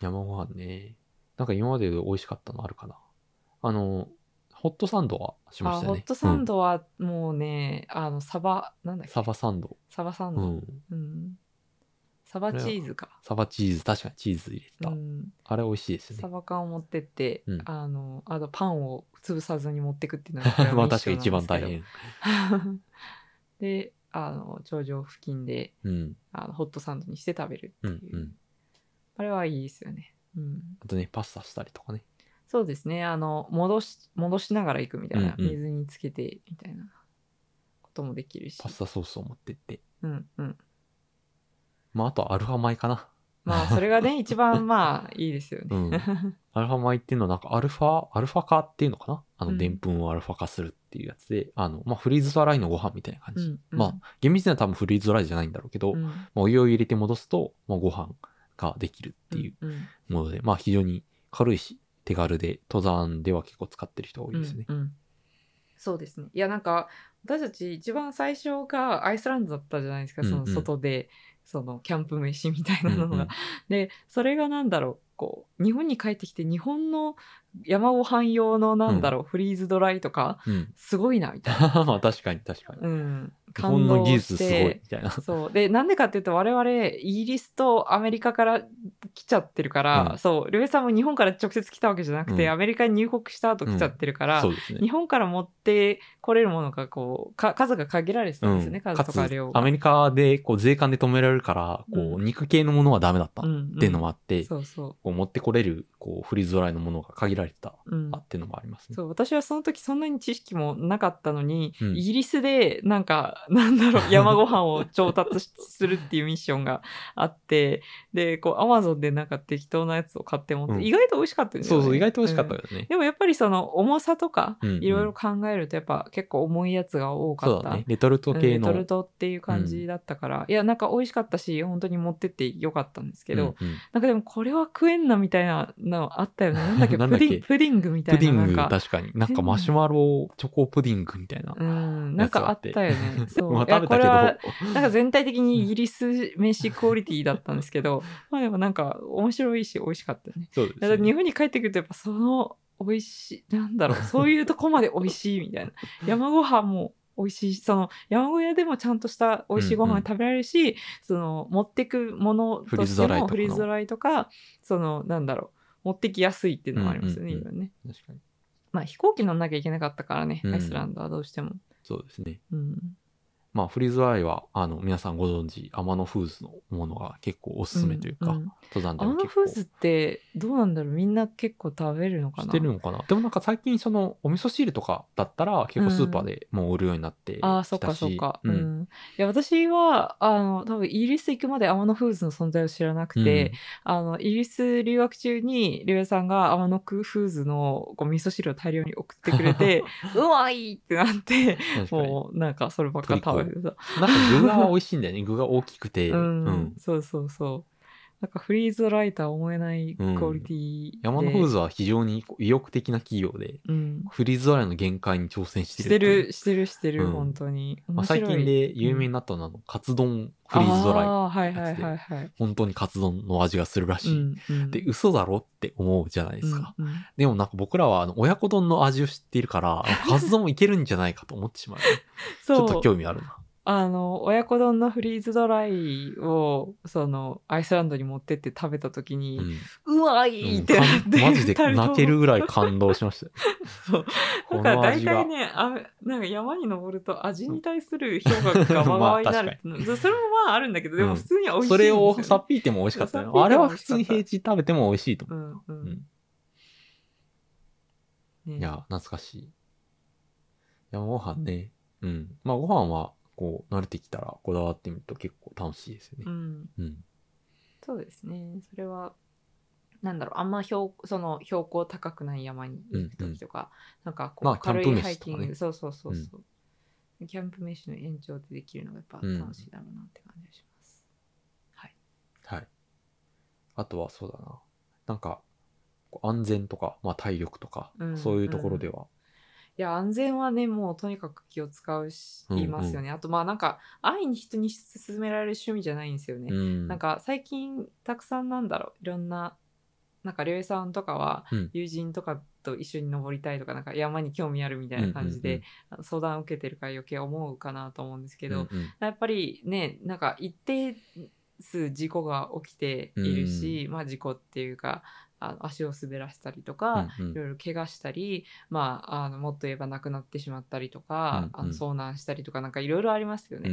山ご飯ね。なんか今までで美味しかったのあるかな。あの、ホットサンドはしま
あ
した
ホ
よね。
ットサン
ド、
ドはもうね、あのサバなんだっけ
サバサンド。
サバサン
う
ド、
ん。
うんサバチーズか、
サバチーズ、確かにチーズ入れて
う
た。
ん、
あれ美味しいです
サ
よね。
バ缶を持ってって、
うん
あのあとパンを潰さずに持ってくっていうのがこれは
まあ確かに
ミッシ
一
ョンなん
番
ですけ
大
ど
変。
であの頂上付近で
うん。
あのホットサンドにして食べる
う
っ
ん
ていう、
うん。
あれはいいですよね、うん、
あとね、パスタしたりとかね。
そうですねあの戻し戻しながら行くみたいな、
うんうん
水につけてみたいなこともできるし
パスタソースを持ってって。
うんうん
まああとはアルファ米かな。
まあそれ がね一番まあいいですよ
う
ね、
ん。 アルファ米っていうのはなんかアルファ、アルファ化っていうのかなあ
う
の、
ん
でんぷんをアルファ化するっていうやつで、あの、まあフリーズドライのご飯みたいな感
う
じ。
んうん
まあ、厳密には多分フリーズドライじゃないんだろうけど、
うん
まあお湯を入れて戻すと、まあ、ご飯ができるっていう
うんうん
もので、まあ非常に軽いし、手軽で、登山では結構使ってる人が多いですね。
うんうんそうですねいやなんか私たち一番最初がアイスランドだったじゃないですか、
うんうん
その外でそのキャンプ飯みたいなのが、
うんうん
でそれがなんだろうこう日本に帰ってきて日本の山ご飯用のなんだろう、フリーズドライとか
うん。
すごいなみたいな、
まあ確かに確かに。
うん、
日本の技術すごいみ
て
たいな。
そうでなんでかっていうと我々イギリスとアメリカから来ちゃってるから、
うん
そうルエさんも日本から直接来たわけじゃなくて、
うん
アメリカに入国した後来ちゃってるから、
そうですね
日。本から持ってこれるものがこうか数が限られてたんですよね、
うん
数とか量が。
アメリカでこう税関で止められるから、こ
う
う肉系のものはダメだったっ
って
いうのもあって、
そうそ
こう持ってこれるこうフリーズドライのものが限られてた
う,、うん
あ、っていうのもありますね。
そう私はその時そんなに知識もなかったのに、
うん
イギリスでなんかなん だろう山ご飯を調達しするっていうミッションがあってでこうアマゾンでなんか適当なやつを買って持って、
うん
意外と美味しかったんです
そ
よ
う
ね。
そう、意外と美味しかったよね。
でもやっぱりその重さとか
うんうん
いろいろ考えるとやっぱ結構重いやつが多か
そ
っ
う
た
だね。レトルト系の。
うんレトルトっていう感じだったから、いやなんか美味しかったし本当に持ってってよかったんですけど、
うんうん
なんかでもこれは食えんなみたいなのあったよねなんだっけ
なんだっ
プ
け
ディンプディングみたい
プ
な
ディング、
なんか
確かに。なんかマシュマロチョコプディングみたいな。
うんなんかあったよ ねそう、
まあ
いや
食べ
これ
た
は
け
なんか全体的にイギリス飯クオリティだったんですけ どまあでもなんか面白いし美味しかったね
ど、そうで
だか
す
ら日
ね。
本に帰ってくるとやっぱその美味しいなんだ ろうそういうとこまで美味しいみたいな山ご飯も美味しいしその山小屋でもちゃんとした美味しいご飯が食べられるし、その持ってくもの
フリ
と
ーズ
して
ドライとかの
もフリーズドライとかそのなんだろう持ってきやすいっていうのもありますよね、
うんうん
今ね
確かに。
まあ飛行機乗んなきゃいけなかったからね、
うん
アイスランドはどうしても
そうですね。
うん
まあ、フリーズドライは、あの、皆さんご存知、アマノフーズのものが結構おすすめというか、
うんうん
登山で
ア
も
マノ
結
フ
構。
ーズってどうなんだろうみんな結構食べるのかな
してるのかなでもなんか最近そのお味噌汁とかだったら結構スーパーでもう売るようになってきたし、
ああ、そっかそっか。う。
うんん。
いや、私は、あの、多分イギリス行くまでアマノフーズの存在を知らなくて、あの、イギリス留学中に、りょうやさんがアマノクフーズのこう味噌汁を大量に送ってく れて、うまいってなって、
うん、確かに。
もうなんかそればっか食べてた。
なんか具が美味しいんだよね。 具が大きくて。
う
うん。
ん、そうそうそう。なんかフリーズドライター思えないクオリティで、
山のフーズは非常にこう意欲的な企業で、
うん。
フリーズドライの限界に挑戦して
し
る
てる、してる、してる、
うん
本当に。
まあ、最近
面
で有名になったのは、あのカツ丼フリーズド
あ
ライ。
あ、はいはいはいはい。
本当にカツ丼の味がするらしい。
うん
で、嘘だろって思うじゃないですか。
うんうん
でもなんか僕らはあの親子丼の味を知っている から、カツ丼いけるんじゃないかと思ってしまうね。ち
そ
ょ
う
っと興味あるな。
あの親子丼のフリーズドライをそのアイスランドに持ってって食べた時に
う、ん
うま
う
いっ
ん
て
か
なんって、
マジで
二人とも
泣けるぐらい感動しましたよ
そう
こ
だから
の
大
味が
体ねあなんか山に登ると味に対する評 価がバババになるっていうのそれもまああるんだけどで
う
も
ん
普通には美味しい
そ
んです
れ
よね、
をさっぴいても美味しかった
さっ
よ
ぴいても
あれは普通に平地食べても美味しいと
う
思
んうん、
うん
ね
ういや懐かしい山ご飯ねうんまあご飯はこう慣れてきたらこだわってみると結構楽しいですよ
う
ね
ん
うん
そうですねそれはなんだろうあんま標その標高高くない山に行く時とか、なんかこ
まあ
う軽
キャン
い
プ
ハイ
飯と
キ
かね
ング、そうそうそうそう、キャンプ飯の延長でできるのがやっぱ楽しいだろうなって感じがします、
はいあとはそうだななんか安全とか、まあ、体力とか、
うん
そういうところでは。
いや安全はねもうとにかく気を使うし、
うんうん
いますよねあとまあなんか安易に人に勧められる趣味じゃないんですよね、
うん
なんか最近たくさんなんだろういろんななんか亮さんとかは
うん
友人とかと一緒に登りたいとかなんか山に興味あるみたいな感じで、あの相談を受けてるから余計思うかなと思うんですけ
け
ど、やっぱりねなんか一定数事故が起きているし、まあ事故っていうかあの足を滑らせたりとか、いろいろ怪我したり、まあ、あのもっと言えば亡くなってしまったりとか、
うんうん
あの遭難したりとかなんかいろいろありますよね。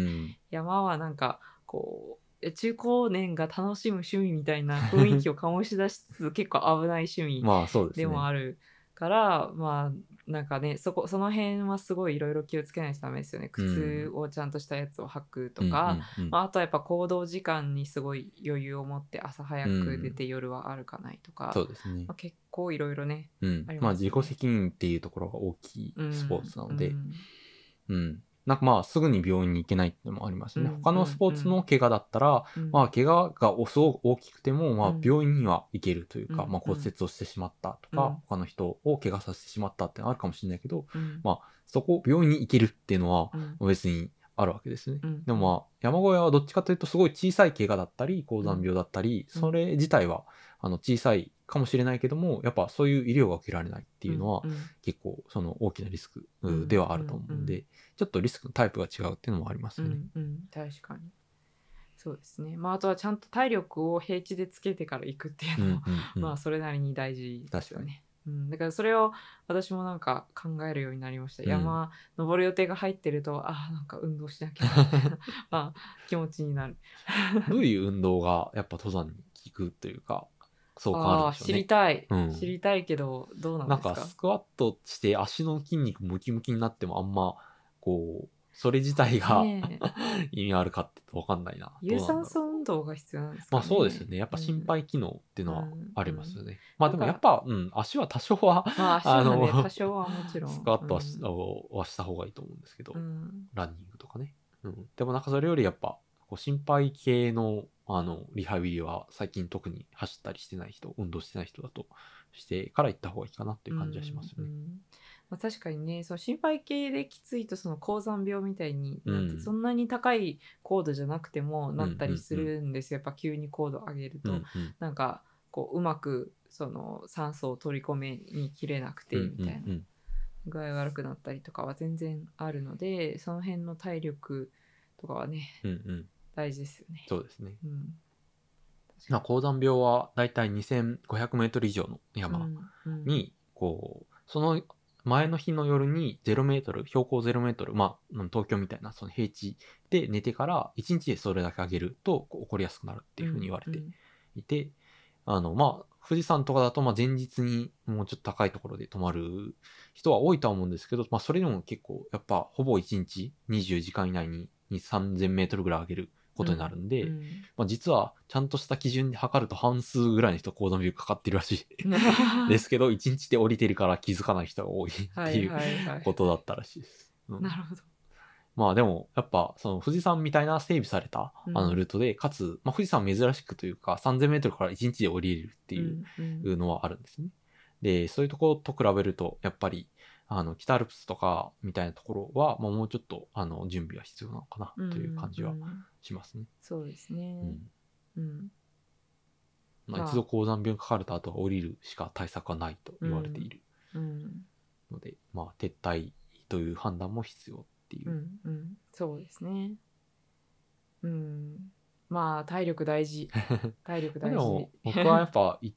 山はなんかこう中高年が楽しむ趣味みた いな雰囲気を醸し出しつつ結構危ない趣味
まあそうですね。
でもあるから、まあなんかねそこその辺はすごいいろいろ気をつけないとダメですよね靴をちゃんとしたやつを履くとか、
うんうんうん
まあ、あとはやっぱ行動時間にすごい余裕を持って朝早く出て夜は歩かないとか、
そうですね
まあ、。結構いろいろね
うん
ありますね
まあ自己責任っていうところが大きい
うん
スポーツなので、
う
うん
ん
なんかまあすぐに病院に行けないっていうのもありますよね。
うん
他のスポーツの怪我だったら、
うん
まあ怪我がすごく大きくても、まあ
うん
病院には行けるというか、
うん
まあ骨折をしてしまったとか、
うん
他の人を怪我させてしまったってのあるかもしれないけど、
うん
まそこ、病院に行けるっていうのは
うん
別にあるわけですね。
うん
でもまあ、山小屋はどっちかというとすごい小さい怪我だったり、高山病だったり、
うん
それ自体はあの小さいかもしれないけども、やっぱそういう医療が受けられないっていうのは
んん
結構その大きなリスク
う
うんではあると思うん
うん
で、ちょっとリスクのタイプが違うっていうのもありますよね。
うんうん、確かにそうですねまああとはちゃんと体力を平地でつけてから行くっていう
う
の
ん
も、
うん
まあそれなりに大事ですよね。うん、だからそれを私もなんか考えるようになりました、
うん
山登る予定が入ってるとあーなんか運動しなきゃみた いな、 まあ、気持ちになる
どういう運動がやっぱ登山に効くというか、そう変わ
あ
る
あ
んでしょ
知
う
り
ね。
たい、
うん
知りたいけどどうなんで
なん
すか
かスクワットして足の筋肉ムキムキになってもあんま、こう、それ自体が
ねえ
意味あるかってわかんないな。どう
有
なんだろう
酸素運動が必要なんですか、
ま
ね、
あそうですね。やっぱ心肺機能っていうのはありますよね。まあでも
だ
や
から
っぱ、うん、足は多少は、
うん まあ足はね
あの
多少はもちろん
スクワットは
う
し,
ん
あの、はした方がいいと思うんですけど、
うん
ランニングとかね。うん、でもなんかそれよりやっぱ、こう心肺系のあのリハビリは最近特に走ったりしてない人、運動してない人だとしてから行った方がいいかなっていう感じはしますよ
うんう
ね。
んまあ、確かにねその心肺系できついとその高山病みたいになって、
うん
そんなに高い高度じゃなくてもなったりするんですよ、やっぱ急に高度上げる
う
と、
んうん
なんかこううまくその酸素を取り込めにきれなくて
うん
みたいな、
うんうん
具合が悪くなったりとかは全然あるのでその辺の体力とかはね
うんうん
大事ですよね。
そうですね。
うん
まあ、高山病はだいたい2500メートル以上の山
うんうん
に、こう、その前の日の夜に0メートル、標高0メートル、まあ、うん東京みたいなその平地で寝てから1日でそれだけ上げるとこう起こりやすくなるっていうふうに言われて
うん
いて、あの、まあ、富士山とかだと、まあ、前日にもうちょっと高いところで泊まる人は多いとは思うんですけど、まあ、それでも結構、やっぱ、ほぼ1日20時間以内に2 3000メートルぐらい上げることになるんで、
うん
まあ、実は、ちゃんとした基準で測ると半数ぐらいの人、高山病かかってるらしい。 ですけど、1日で降りてるから気づかない人が多いっていう
はいはいはい
ことだったらしいです。うん
なるほど。
まあでも、やっぱ、その富士山みたいな整備されたあ
うん
のルートで、かつ、まあ、富士山珍しくというか、3000メートルから1日で降りれるっていう
うんうん
のはあるんですね。で、そういうところと比べると、やっぱり、あの、北アルプスとかみたいなところは、まあ、もうちょっと、あの、準備が必要なのかなという感じは
んん
しますね。
そうですね
う。ん。
うん、
まあ、
まあ
一度高山病にかかれた後は降りるしか対策はないと言われている。
うん、
ので、まあ、撤退という判断も必要っていうう。
ん、うん、そうですね。うん、まあ体力大 事、体力
まあ
大
で
事
も。僕はやっぱい、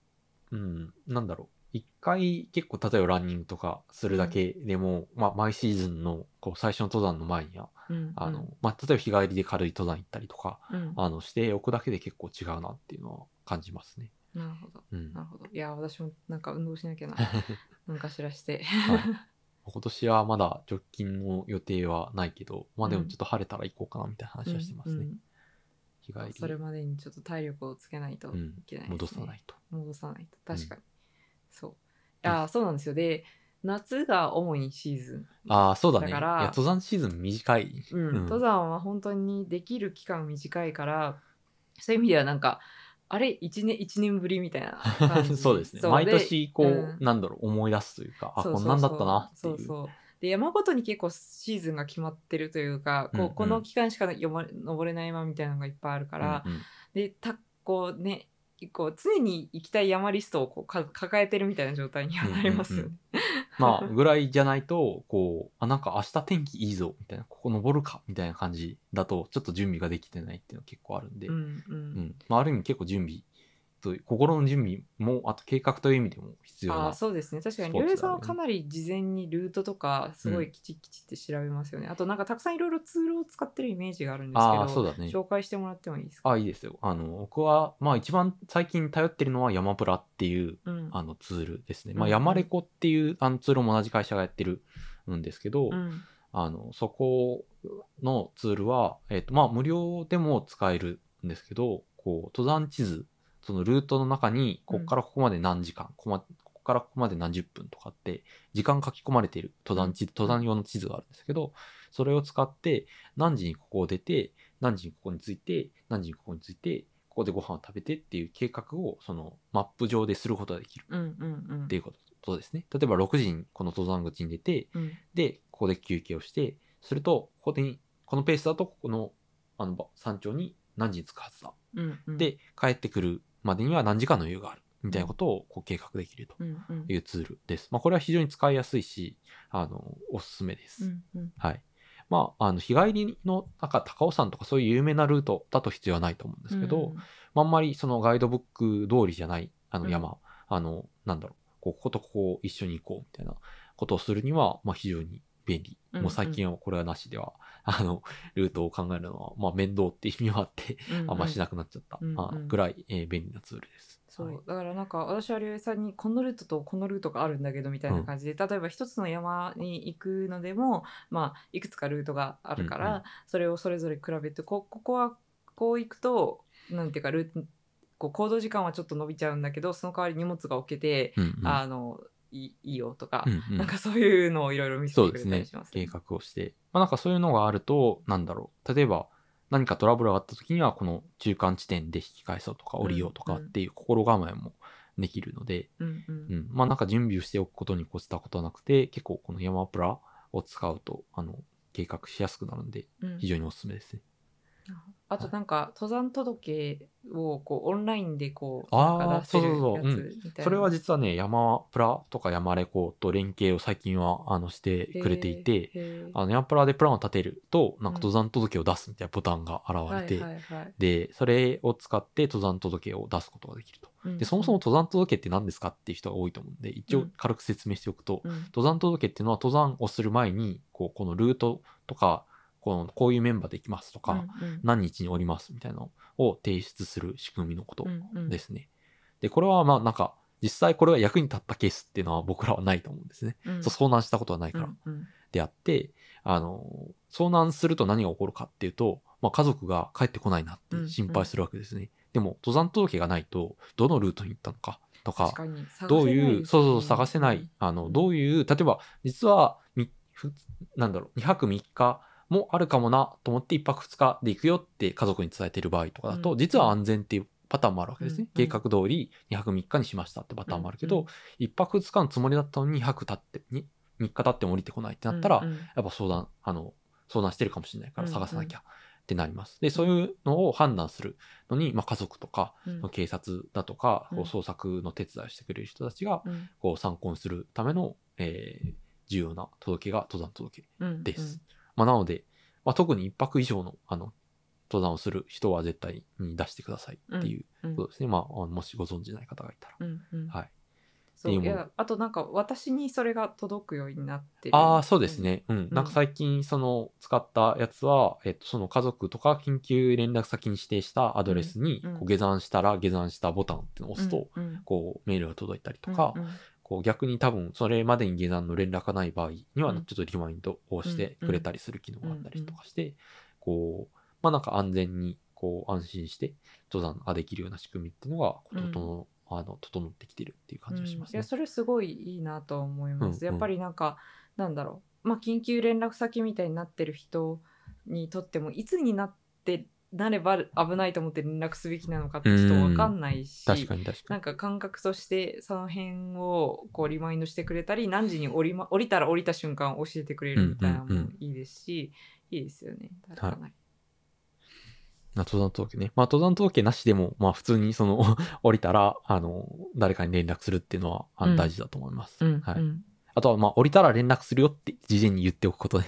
うん、なんだろう。一回結構、例えばランニングとかするだけでも、まあ、毎シーズンのこう最初の登山の前には、
うん
あの、、まあ、例えば日帰りで軽い登山行ったりとか、
うん、
あの、しておくだけで結構違うなっていうのは感じますね。
なるほど、
うん
な。るほど。いや、私もなんか運動しなき ゃな、なんかしらして。
今年はまだ直近の予定はないけど、まあでもちょっと晴れたら行こうかなみたいな話はしてますね。
うんうん
日帰り。
それまでにちょっと体力をつけないと
うん
いけないですね、
戻さないと。
戻さないと確かに、そうあーそうなんですよで夏が主にシーズン
ああ、そうだね。い
だ
や
から、
登山シーズン短い。
うん
うん
登山は本当にできる期間短いからそういう意味ではなんかあれ1年一年ぶりみたいな感 じ
そうですね。毎年、こう、
うん
なんだろう、思い出すというか、あ、
そうそう
こ
そうん
なんだったなっていう。
そうそうで山ごとに結構シーズンが決まってるというか、
うんう
こ
ん
うこの期間しか読ま登れない山みたいなのがいっぱいあるから、
うんうん
でたこうねこう常に行きたい山リストをこうか抱えてるみたいな状態にはなりますよ
う
ね。
んまあ、ぐらいじゃないと、こう、あ、なんか明日天気いいぞ、みたいな、ここ登るか、みたいな感じだと、ちょっと準備ができてないっていうのは結構あるんで、
う
うん
んうん
まあ、ある意味結構準備と、心の準備も、あと計画という意味でも必要
ああ
な。
そうですね確かに
スポー
料
ツ
理さん
だね
はかなり事前にルートとかすごいきちきちって調べますよね、あとなんかたくさんいろいろツールを使ってるイメージがあるんですけ
ああ、そ
ど、
うだね。
紹介してもらってもいいですか
あ、いいですよ。あの、僕は、まあ一番最近頼ってるのは山プラっていう、
うん
あのツールですね。
う
まあ
んうん
山レコっていうあのツールも同じ会社がやってるんですけど、
うん
あの、そこのツールは、えっ、と、まあ無料でも使えるんですけど、こう、登山地図、そのルートの中に、こ
うん
こからここまで何時間、ここまここからここまで何十分とかって、時間書き込まれている登山地図、登山用の地図があるんですけど、それを使って、何時にここを出て、何時にここに着いて、何時にここに着いて、ここでご飯を食べてっていう計画を、そのマップ上ですることができる
うんうんうん
っていうことですね。例えば6時にこの登山口に出て、
うん
で、ここで休憩をして、すると、ここで、このペースだと、ここの、あの、ば山頂に何時に着くはずだ。
うんうん
で、帰ってくるまでには何時間の余裕がある。みたいなことをこう計画できると
うんうん
いうツールです。まあ、これは非常に使いやすいし、あの、おすすめで
う
す。
んうん
はい。まあ、あの、日帰りの、なんか、高尾山とかそういう有名なルートだと必要はないと思うんですけど、まああんまりそのガイドブック通りじゃない、あの山、あの、なんだろう、こうこことここを一緒に行こうみたいなことをするには、まあ非常に便利。
うん
もう最近はこれはなしでは、 あの、ルートを考えるのは、まあ面倒って意味はあって、
うんうん
あんましなくなっちゃった、
うんうん
あぐらい、えー便利なツールです。
そう、
はい
だからなんか私はりょうえさんにこのルートとこのルートがあるんだけどみたいな感じで、例えば一つの山に行くのでもまあいくつかルートがあるから、
うんうん
それをそれぞれ比べてこここはこう行くとなんていうかルートこう行動時間はちょっと伸びちゃうんだけどその代わり荷物が置けて、
うんうん
あのいいいよとか、
うんうん
なんかそういうのをいろいろ見せ
そ
て
う
く
です
れた
ね
りします。
計画をして。まあなんかそういうのがあると、なんだろう。例えば、何かトラブルがあった時には、この中間地点で引き返そうとか降りようとかっていう心構えもできるので、
うんうん
うん、まあなんか準備をしておくことに越したことはなくて、結構この山プラを使うと、あの、計画しやすくなるんで、
うん
非常におすすめですね。
あとなんか登山届をこうオンラインでこう
あー
なんか出せるや
そうそうそう
つみたいな
それは実はね、山プラとか山レコと連携を最近は、あの、してくれていて、
へー
あの、山プラでプランを立てると、なんか
うん
登山届を出すみたいなボタンが現れて、
はいはいはい
で、それを使って登山届を出すことができると。
うん
で、そもそも、登山届って何ですかっていう人が多いと思うんで、一
う
応
ん
軽く説明しておくと、
うん
登山届っていうのは登山をする前にこうこのルートとかこのこういうメンバーで行きますとか、
うん
何日におりますみたいなのを提出する仕組みのこと
うんうん
ですね。でこれはまあなんか実際これが役に立ったケースっていうのは僕らはないと思うんですね。
うんうん
そう遭難したことはないから
うんうん
であってあの遭難すると何が起こるかっていうと、まあ、家族が帰ってこないなって心配するわけですね。でも登山届がないとどのルートに行ったのかとか
確かに探せない
どういう、そうそう、探せな
で
い
す。
あの、どういう、例えば、実は、みふなんだろう、2泊3日もあるかもなと思って1泊2日で行くよって家族に伝えてる場合とかだ
う
と、
ん
実は安全っていうパターンもあるわけですね。
うんう
計
ん
画通り2泊3日にしましたってパターンもあるけど、
うん
1泊2日のつもりだったのに2泊経って、に3日経っても降りてこないって
ね
なったら、
うんうん
やっぱ相談、あの、相談してるかもしれないから
うん
探さなきゃってなります。で、そういうのを判断するのに、まあ家族とか、
うん
警察だとか、こう
うん
捜索の手伝いをしてくれる人たちが、
うん
こう参考にするための、えー重要な届けが登山届。
うん
ですまあ、なので、まあ、特に一泊以上の、あの、登山をする人は絶対に出してくださいっていう
うん
ことですね。まああの、もしご存知ない方がいたら。
うんうん
はい。
そう
っていう
い
もの
やあとなんか私にそれが届くようになってる
ああ、そうですね。うん。
ん
なんか最近、その、使ったやつは、えっと、その家族とか緊急連絡先に指定したアドレスに、
うん
こう下山したら下山したボタンっていうのを
う
押
ん
すと、
うんうん
こう、メールが届いたりとか、
うんうん
こう逆に多分それまでに下山の連絡がない場合には
う
ちょ
ん
っとリマインドをしてくれたりする機能があったりとかして、こうまあなんか安全にこう安心して登山ができるような仕組みっていうのがこう整,、あの整ってきてるっていう感じがします
うんい
ね
や。それすごいいいなと思います、
うんうん
やっぱりなんかなんだろうまあ緊急連絡先みたいになってる人にとってもいつになってなれば危ないと思って連絡すべきなのかってちょっと分かんないし、
確かに確か
な
に
んか感覚としてその辺をこうリマインドしてくれたり何時に降り,、ま、降りたら降りた瞬間教えてくれるみたいなの
うんうんう
も
ん
いいですし、いいですよね。だ
はい
からない
まあ登山統計ねまあ登山統計なしでもまあ普通にその降りたらあの誰かに連絡するっていうのはあ
うん
大事だと思います、
うん
は
う
い、
ん
あとはまあ降りたら連絡するよって事前に言っておくことで、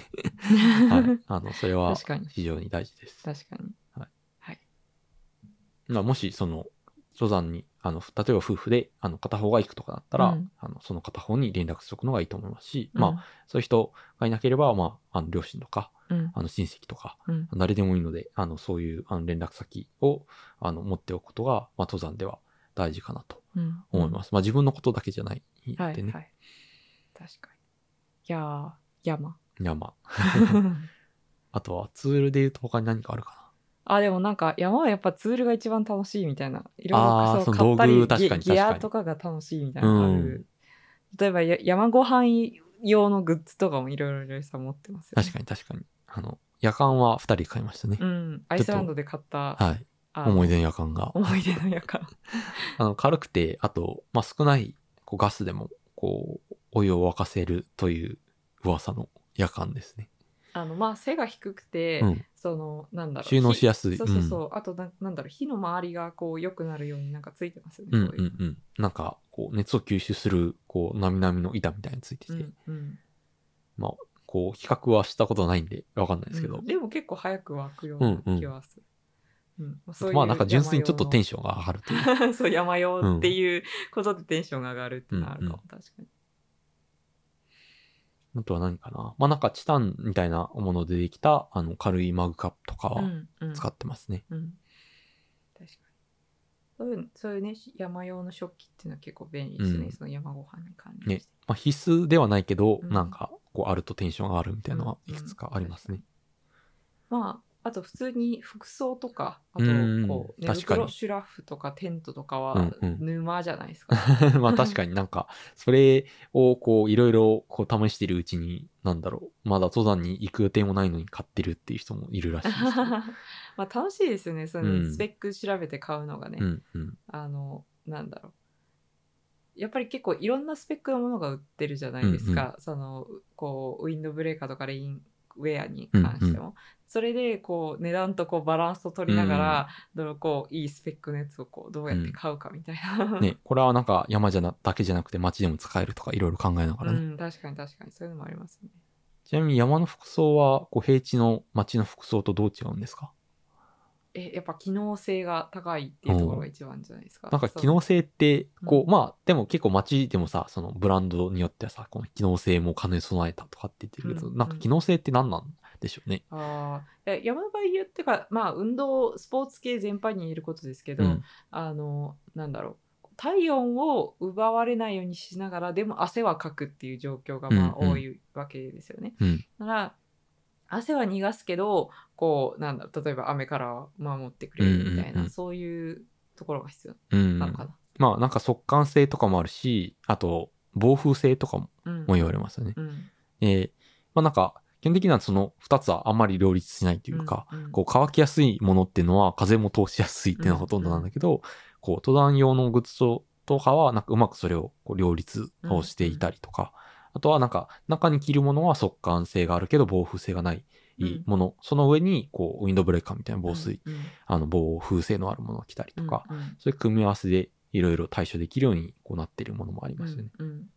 はい、あのそれは
確かに
非常に大事です
確かに。
まあもしその登山にあの例えば夫婦であの片方が行くとかだったら、
うん
あのその片方に連絡しておくのがいいと思いますし、まあそういう人がいなければ、まあ、あの両親とか
うん、うん
あの親戚とか
うん
誰でもいいのであのそういうあの連絡先をあの持っておくことが、まあ、登山では大事かなと
うん
思います、まあ自分のことだけじゃないでね、
はいはい。確かに。いやー、 山。
いやまああとはツールで言うと他に何かあるか
あ、でもなんか山はやっぱツールが一番楽しいみたいな。いろ
あ
ん
ー
なその
その
買ったり
道具確かに
ギギ
確
ア
かに
とかが楽しいみたいなのあ
うん
る。例えばや山ご飯用のグッズとかもいろいろいろさ持ってますよ、
な確かに確かにあの夜間は2人で買いましたね、
うん。アイスランドで買った、
はい
あの
思い出の夜間が
思い出のやか。
あの軽くてあと、まあ、少ないこうガスでもこうお湯を沸かせるという噂の夜間ですね、
あの、まあ背が低くて、
うん、
その、なんだろう。
収納しやすい
火そうそうそう。あとな、なんだろう、火の周りがこう良くなるようになんかついてますよね。
うんう
こういうん
うんなんかこう熱を吸収するこうなみなみの板みたいについてて、
うんうん
こう比較はしたことないんでわかんないですけど、
うんでも結構早く湧くような気はする。うんそういう
まあなんか純粋にちょっとテン
シ
ションが上がるという
ョンそう山用っていうことでテンションが上がるってのはあるかも、確かに。
あとは何かなまあなんかチタンみたいなものでできたあの軽いマグカップとか
う
は
んうん
使ってますね、
うん確かにそういうそういうねし山用の食器っていうのは結構便利ですね、
うん
その山ご飯に関
ね
連して。
まあ必須ではないけど、
うん
なんかこうあるとテンションが上がるみたいなのはいくつかありますね、
まああと普通に服装とかあと
うん
こう寝
確か
袋
に
シュラフとかテントとか
う
は
んうん
沼じゃないで すか。
まあ確かになんか、それをこういろいろこう試してるうちに、なんだろう、まだ登山に行く予定もないのに買ってるっていう人もいるらしいですね。
まあ楽しいですよねそうの
ん
スペック調べて買うのがね。
うんうん。
あのなんだろうやっぱり結構いろんなスペックのものが売ってるじゃないですか、そのこうウィンドブレーカーとかレインウェアに関しても、それでこう値段とこうバランスを取りながら、どのこういいスペックのやつをこうどうやって買うかみたいな、うん
ね、これはなんか山じゃな、だけじゃなくて街でも使えるとかいろいろ考えながらね。
確かに確かにそういうのもありますね。
ちなみに山の服装は、こう平地の街の服装とどう違うんですか
えやっぱ機能性が高いっていうところが一番じゃないですか。
なんか機
そう
能性って、こ
う
う、
ん
まあでも結構街でもさ、そのブランドによってはさ、この機能性も兼ね備えたとかって言ってるけど、
うんうん
なんか機能性って何なんでしょうね。
あーえ山の場合言ってか、まあ、運動スポーツ系全般に言えることですけど、
うん
あのなんだろう体温を奪われないようにしながらでも汗はかくっていう状況がまあ
うんうん
多いわけですよね。
うん
だから汗は逃がすけどこうなんだろう例えば雨から守ってくれるみたいな、
うんうんうん
そういうところが必要
うん。
なのかな。
まあなんか速乾性とかもあるし、あと防風性とかも
うん
言われますよね。
うん
えーまあなんか基本的にはその2つはあんまり両立しないというか、
うんうん
こう乾きやすいものっていうのは風も通しやすいっていうのがほとんどなんだけど、こう登山用のグッズとかはなんかうまくそれをこう両立をしていたりとか、あとはなんか中に着るものは速乾性があるけど防風性がないもの、その上にこうウィンドブレーカーみたいな防水、
うんうん
あの防風性のあるものを着たりとか、
うんうん
そういう組み合わせでいろいろ対処できるようにこうなっているものもありますよね。
うんうん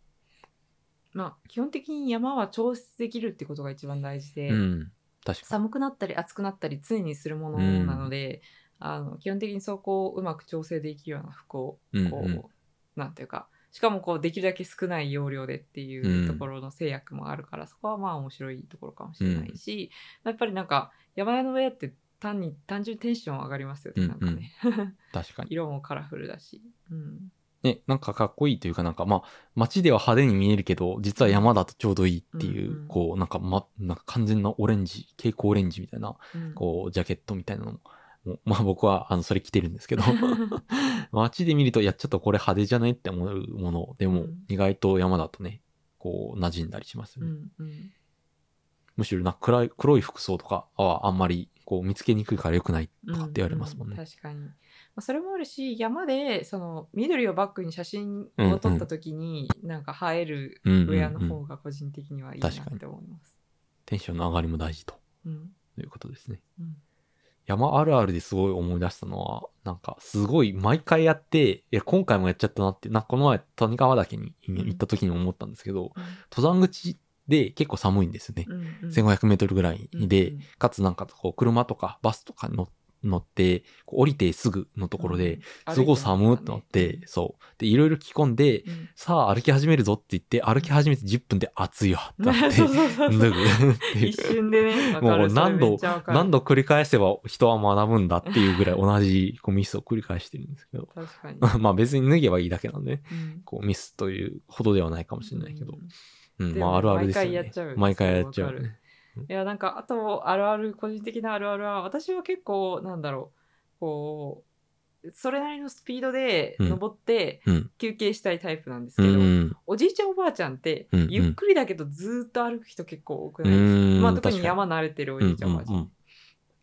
まあ基本的に山は調節できるってことが一番大事で、
うん。確か
寒くなったり暑くなったり常にするものなので、あの基本的にそこをうまく調整できるような服を
に。うん
こう、
うん
なんていうかしかもこうできるだけ少ない容量でっていうところの制約もあるから、そこはまあ面白いところかもしれないし、やっぱりなんか山の上って単に単純にテンション上がりますよね、
うん
なんかね
確かに。
色もカラフルだし、うん、
ね、なんかかっこいいというかなんかまあ、街では派手に見えるけど、実は山だとちょうどいいっていう、
うんうん
こう、なんかま、なんか完全なオレンジ、蛍光オレンジみたいな、
うん
こう、ジャケットみたいなのも、 もうまあ僕はあのそれ着てるんです けど
う
街で見るといやちょっとこれ派手じゃないって思うものでも、
うん
意外と山だとねこう馴染んだりしますよ
ん
ね、
うん
むしろな暗い黒い服装とかはあんまりこう見つけにくいから良くないとかって言われますもんね。
うう確かに、まあ、それもあるし山でその緑をバックに写真を撮った時に、なんか映える
うん
ウ
うん
ェアの
うん
方が個人的にはいいなっ
確かに
て思います。
テンションの上がりも大事と
うん
いうことですね。
うん
山あるあるですごい思い出したのは、なんかすごい毎回やって、いや今回もやっちゃったなって、なんかこの前谷川岳に行った時に思ったんですけど、登山口で結構寒いんですよね。
うんうん
1500メートルぐらいで、
うんうん
かつなんかこう車とかバスとかに乗乗って、こう降りてすぐのところで、すごい寒ってなって、、そう。で、いろいろ着込んで、
うん
さあ歩き始めるぞって言って、歩き始めて10分で暑いわってなって、
そう
脱
そうそう
ぐ
そう
っていう
一瞬でね、わか
も
る
う何度、何
度。
度繰り返せば人は学ぶんだっていうぐらい同じこうミスを繰り返してるんですけど
確かに、
まあ別に脱げばいいだけなんでね、
うん
こうミスというほどではないかもしれないけど
う。ん
うん、
で
まあ
も
あるあるですよね。
毎回やっちゃう
毎回やっちゃう
すごいわ
ね。
いやなんかあとあるある個人的なあるあるは私は結構なんだろうこうそれなりのスピードで
うん
登って
うん
休憩したいタイプなんです
う
けど、
ん。
おじいちゃんおばあちゃんって
うんうん
ゆっくりだけどずーっと歩く人結構多く
う
ないですか、
ん。
まあ、特に
確か
山慣れてるお
うん
じいちゃんおばあちゃん。
うんうん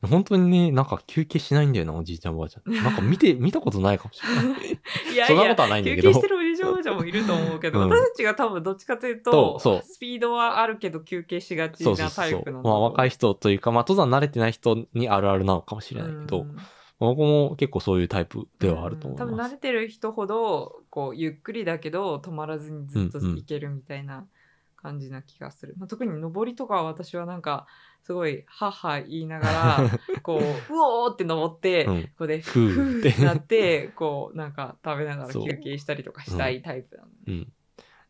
本当にね、なんか休憩しないんだよな、おじいちゃんおばあちゃん。なんか見て、見たことないかもしれない。
いやい
そんなこ
や
とはないんだけ
休憩
ど
し。てるおじいちゃんおばあちゃんもいると思うけど、
うん
私たちが多分どっちかという
そ
と
うそう
スピードはあるけど休憩しがち
そうそう
な
そ
タイ
う
プ。なんだ
まあ若い
人
人というか、まあ登山慣れてない人にあるあるなのかもしれないけど、僕も結構そういうタイプではあると思
う
い
ん多分
ま
慣
す
れ。てる人ほどこうゆっくりだけど止まらずにずっと
うんうん
いけるみたいな感じな気がする、まあ、特に上りとかは私はなんかすごいはっは言いながらこうう おーって登って、
う
こ
ん
こで
ふーって
ふなってこうなんか食べながら
そう
休憩したりとかしたいタイプなの、
うん。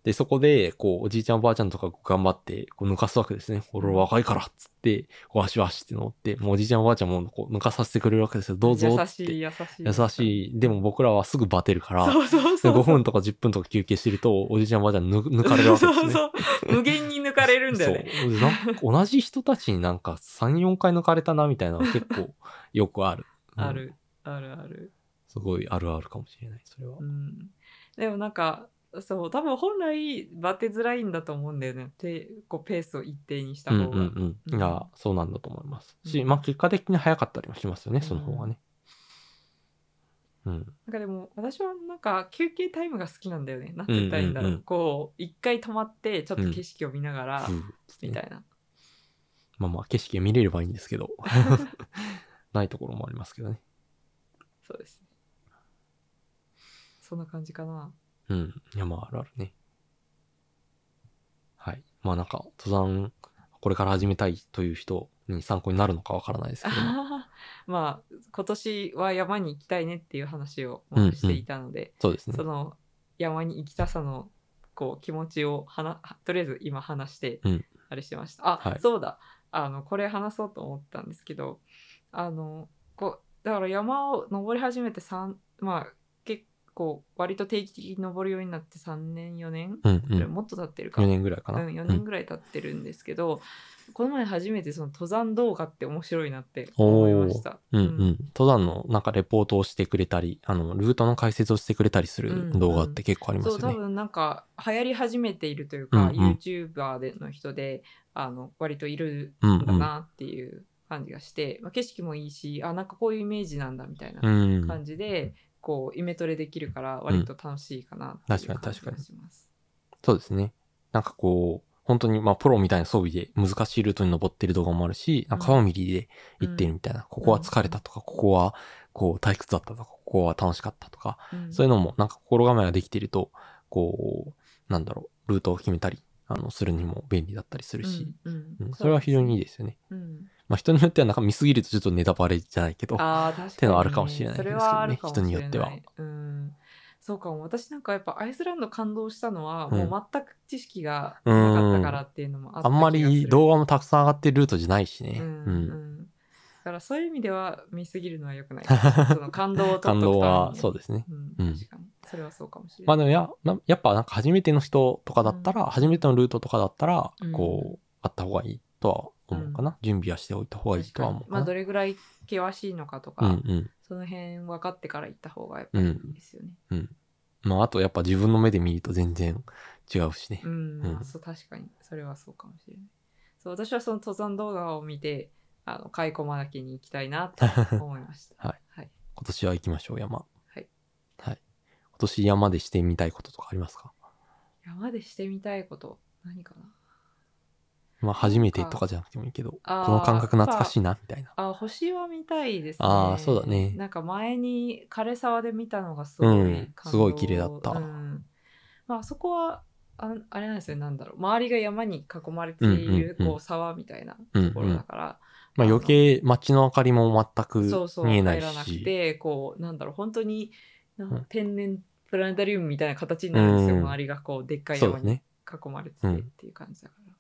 で、そこで、こう、おじいちゃんおばあちゃんとか頑張って、こう、抜かすわけですね。俺は若いからっつって、こう、足は足って乗って、もうおじいちゃんおばあちゃんも、こう、抜かさせてくれるわけですよ。どうぞ
優
っつ
し
って
い。優しい
優しい。でも僕らはすぐバテるから、
そうそう
で
そう
5分とか10分とか休憩してると、おじいちゃんおばあちゃん抜抜かれるわけです
そう
ね。
そうそう無限に抜かれるんだよね
そう。なんか同じ人たちになんか3、4回抜かれたなみたいな のは結構よくある。うん
あ。るあるある
すごいあるあるかもしれない、それは
う。ん、でもなんかそう多分本来バテづらいんだと思うんだよねてこうペースを一定にした
うん
方が、
うんうん。いや、そうなんだと思います。し、
うん
まあ結果的に早かったりもしますよね、その方がね。うん。
なんかでも私はなんか休憩タイムが好きなんだよねなんて言ったらいいんだろう,、
うんうんうん
こう一回止まってちょっと景色を見ながら、
ふうつって
みた
ね
いな、
まあまあ、景色が見れればいいんです けど。ないところもありますけどね。
そうですねそんな感じかな
うん。いや、まあ、あるあるね。はい。まあ、なんか、登山、これから始めたいという人に参考になるのかわからないですけど。
まあ今年は山に行きたいねっていう話をまあしていたので、
そうですね
そ。の山に行きたさのこう気持ちをはなとりあえず今話して
うん
あれしてました、あ、
はい
そうだあのこれ話そうと思ったんですけどあのこうだから山を登り始めて3まあ結構割と定期的に登るようになって3年4年、
うんう
これ
ん。
もっと経ってるか
4年ぐらいかな。
うん、4年ぐらい経ってるんですけど、この前初めてその登山動画って面白いなって思いました。
うんうんうん。登山の、なんか、レポートをしてくれたり、あの、ルートの解説をしてくれたりす
うんう
る
ん
動画って結構ありま
そう
すよ
多
ね。
分なんか流行り始めているというか、
うんうん
YouTuber での人であの割といる
うんうん
だ
ん。
なっていう感じがして、まあ、景色もいいしあなんかこういうイメージなんだみたいな
うん。
感じで、こうイメトレできるから割と楽しいかなっていう感じがします。
そうですね。なんかこう、本当に、まあ、プロみたいな装備で難しいルートに登ってる動画もあるし、なんか川見りで行ってるみたいな、ここは疲れたとか、ここは、こう、退屈だったとか、ここは楽しかったとか、
うん
そういうのも、なんか心構えができてると、こう、なんだろう、ルートを決めたり、あの、するにも便利だったりするし、
うんうん
うんそれは非常にいいですよね。
うん
まあ、人によってはなんか見すぎるとちょっとネタバレじゃないけど、
あー確かに、ね、
ってのはあるかもしれないですけどね
それはあるかもしれない
人によっては
うんそうかも私なんかやっぱアイスランド感動したのは、
うん
もう全く知識がなかったからっていうのもあった
あんま
気がす
り
る
動画もたくさん上がってるルートじゃないしね。
う
うんん。
うんだからそういう意味では見すぎるのは 良くないかもしれない。その感動を取
感
っとくために
動は、そうですね。
う。
うんん
確かに。それはそうかもしれ
ま
な
あ
い。
でもや、なやっぱなんか初めての人とかだったら、
うん
初めてのルートとかだったら
うん、
こう、あった方がいいとは思うかな。準備はしておいた方がいい
確
とは
か
思
に
う
ま
か
あ
な。
どれぐらい険しいのかとか、
うんうん。
その辺分かってから行った方がやっぱりいいですよね。
まああとやっぱ自分の目で見ると全然違うしね
う。ん、
うん
まあそう確かにそれはそうかもしれない。そう私はその登山動画を見てあの買い込まなきに行きたいなと思いました
はい、
はい、
今年は行きましょう、山。
はい。
はい。今年山でしてみたいこととかありますか
山でしてみたいこと何かな
まあ、初めてとかじゃなくてもいいけど、こ
あー
の感覚懐かしいな、みたいな。
あ星は見たいですね
あーそうだね
なんか前に枯沢で見たのがすごい、
うん
感動
すごい綺麗だった
うんまあそこはああれなんですよなんだろう周りが山に囲まれている、
うんうんうん
こう沢みたいなところだから、
まあ、余計街の明かりも全く
そうそう
見えない
入らなく
し。
てこうなんだろう本当にな
うん
天然プラネタリウムみたいな形になるんですよ、
うん
周りがこうでっかい
そうだ
山に
ね。
囲まれてて
うん
っていう感じだから、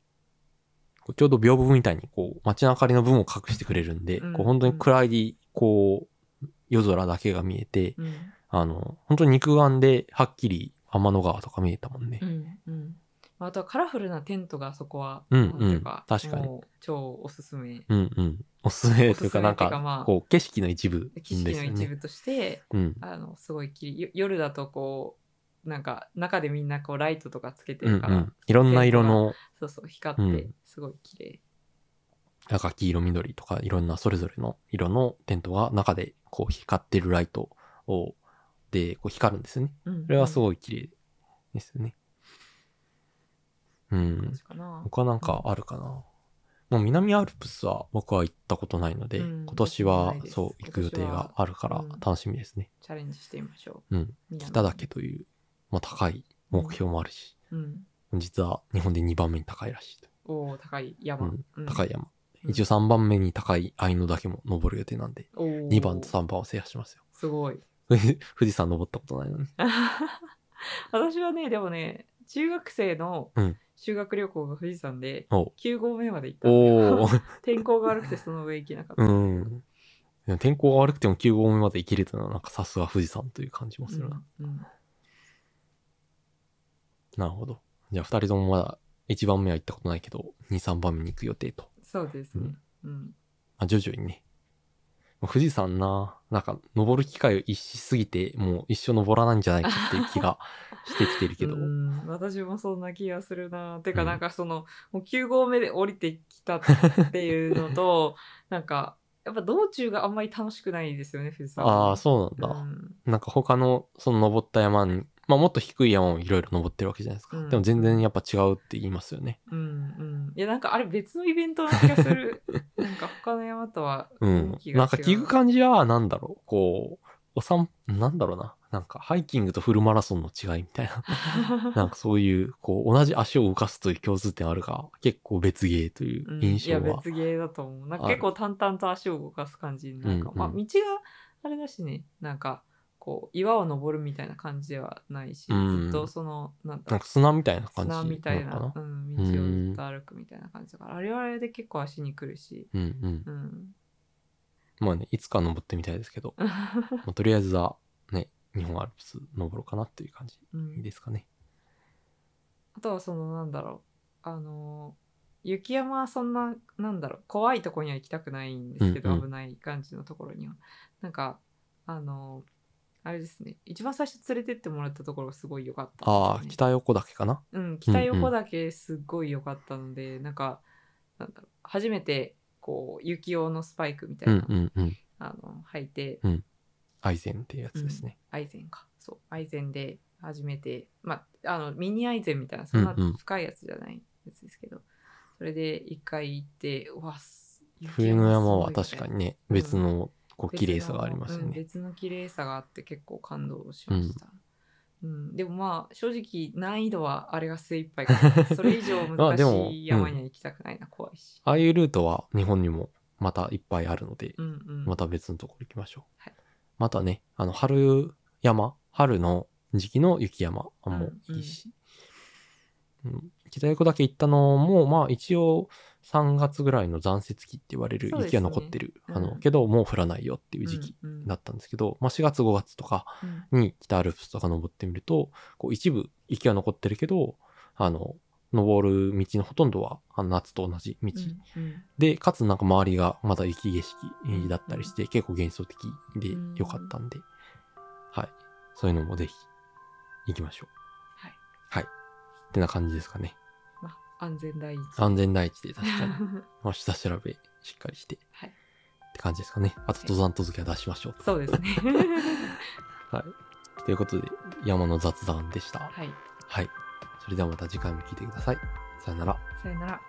こうちょうど屏風みたいに、こう、街の明かりの部分を隠してくれるんで、
うん
こう、本当に暗い、こう、夜空だけが見えて、
うん
あの、本当に肉眼ではっきり天の川とか見えたもんね
う。んうんまあ、あとはカラフルなテントがそこは、
うん
なんていうか
うん確かに
もう超おすすめ
うんうん。おすすめというか、なん
おすすめっていうかま
か
あ、
こう、景色の一部です
景
よね。
色の一部として、
うん。
あのすごいきりよ夜だとこうなんか中でみんなこうライトとかつけてるから、
うんうん、いろんな色の
そうそう光って
うん
すごい綺麗、
赤黄色緑とかいろんなそれぞれの色のテントが中でこう光ってるライトをでこう光るんですよね。
うんうん、
それはす
う
ごい綺麗ですよね。うん。
かな
他なんかあるかな。もう南アルプスは僕は行ったことないので、
うん
今年
私も
は
ないです
そう行く予定があるから
今年はうん
楽しみですね。
チャレンジしてみましょ
うん。
う
北岳という、まあ、高い目標もあるし、
うん、
実は日本で2番目に高いらしいと。
おお高い山、
うん高い山。
うん
一応3番目に高い愛の岳も登る予定なんで、
おー
2番と3番を制覇しますよ。
すごい
富士山登ったことないのに。
私はねでもね中学生の
うん
修学旅行が富士山で
おう
9合目まで行ったんだよ
おー
天候が悪くてその上行けなかった、
うん。でも天候が悪くても9合目まで行けるというのは、なんかさすが富士山という感じもするな。
うんうん
なるほど。じゃあ2人ともまだ1番目は行ったことないけど、2、3番目に行く予定と。
そうですね、うん
まあ、徐々にね。もう富士山な、なんか登る機会を逸しすぎて、もう一生登らないんじゃないかっていう気がしてきてるけ ど。
うん私もそんな気がするなてか
うん
なんかその、もう9合目で降りてきたっていうのと なんかやっぱ道中があんまり楽しくないですよね富士山
ああ、
う
そうなんだ。
ん
なんか他の、その登った山に、まあもっと低い山をいろいろ登ってるわけじゃないですか。
うん
でも全然やっぱ違うって言いますよね。
うんうんいやなんかあれ別のイベントな気がす るなんか他の山とは
うん
雰囲。気が違う
なんか聞く感じは、なんだろう、こう、おさん、なんだろうな。なんかハイキングとフルマラソンの違いみたい な。なんかそういう、こう、同じ足を動かすという共通点あるが、結構別芸とい
うん
う印象
いや
は。
別芸だと思うなんか
ある
結構淡々と足を動かす感じになんか、
うんうん
まあ道があれだしねなんかこう岩を登るみたいな感じではないし、
うん
ずっとそのなん
な
だ
んか砂みたいな感じな
砂みた
の
いな
かな。
うん、道をずっと歩くみたいな感じだからあれはあれで結構足にくるし、
うんうん
う。ん、
まあね、いつか登ってみたいですけど、まあとりあえずは、ね、日本アルプス登ろうかなっていう感じ
うん
ですかね。
あとはそのなんだろうあの雪山はそんななんだろう怖いとこには行きたくないんですけど、
うんうん
危ない感じのところにはなんかあのあれですね一番最初連れてってもらったところがすごい良かった
ああ、
んですよね、
北横岳かな。
うん、北横だけすっごい良かったので、なんかなんだろう初めてこう雪用のスパイクみた
う
い
ん
な、
うんうん。
あの履いて
アイゼンっていうやつですね。
アイゼンかそうアイゼンで初めてまああのミニアイゼンみたいなそんな
うんうん
深いやつじゃないやつですけど、それで一回行ってうわす
冬の山は確かにね、
うん
別のこう綺麗さがありますよ
うん
ね。
別の綺麗さがあって結構感動しました、うんでもまあ正直難易度はあれが精一杯かなそれ以上
まあ
難
でも
しい山には行きたくないな、怖いし、
ああいうルートは日本にもまたいっぱいあるので、
うんうん、
また別のところ行きましょう。
はい
またね、あの、春山、春の時期の雪山もいいし、うん北横岳行ったのも、まあ一応3月ぐらいの残雪期って言われる
そうです
雪
よ
が
ね
残ってる、
うん
あの、けどもう降らないよっていう時期
うんうん
だったんですけど、まあ4月5月とか、
うん
に北アルプスとか登ってみると、こう一部雪が残ってるけど、あの、登る道のほとんどはあの夏と同じ道、
うんうん
で、かつなんか周りがまだ雪景色だったりして、結構幻想的で良かったんで、はい。そういうのもぜひ行きましょう。
はい
はい。ってな感じですかね。
まあ安全第一。
安全第一で確 かに。まあ、下調べしっかりして。
はい
って感じですかね。あと、登山続きは出しましょうと。
そうですね。
はい。ということで、山の雑談でした。
はい。
はい。それではまた次回も聞いてください。さよなら。
さよなら。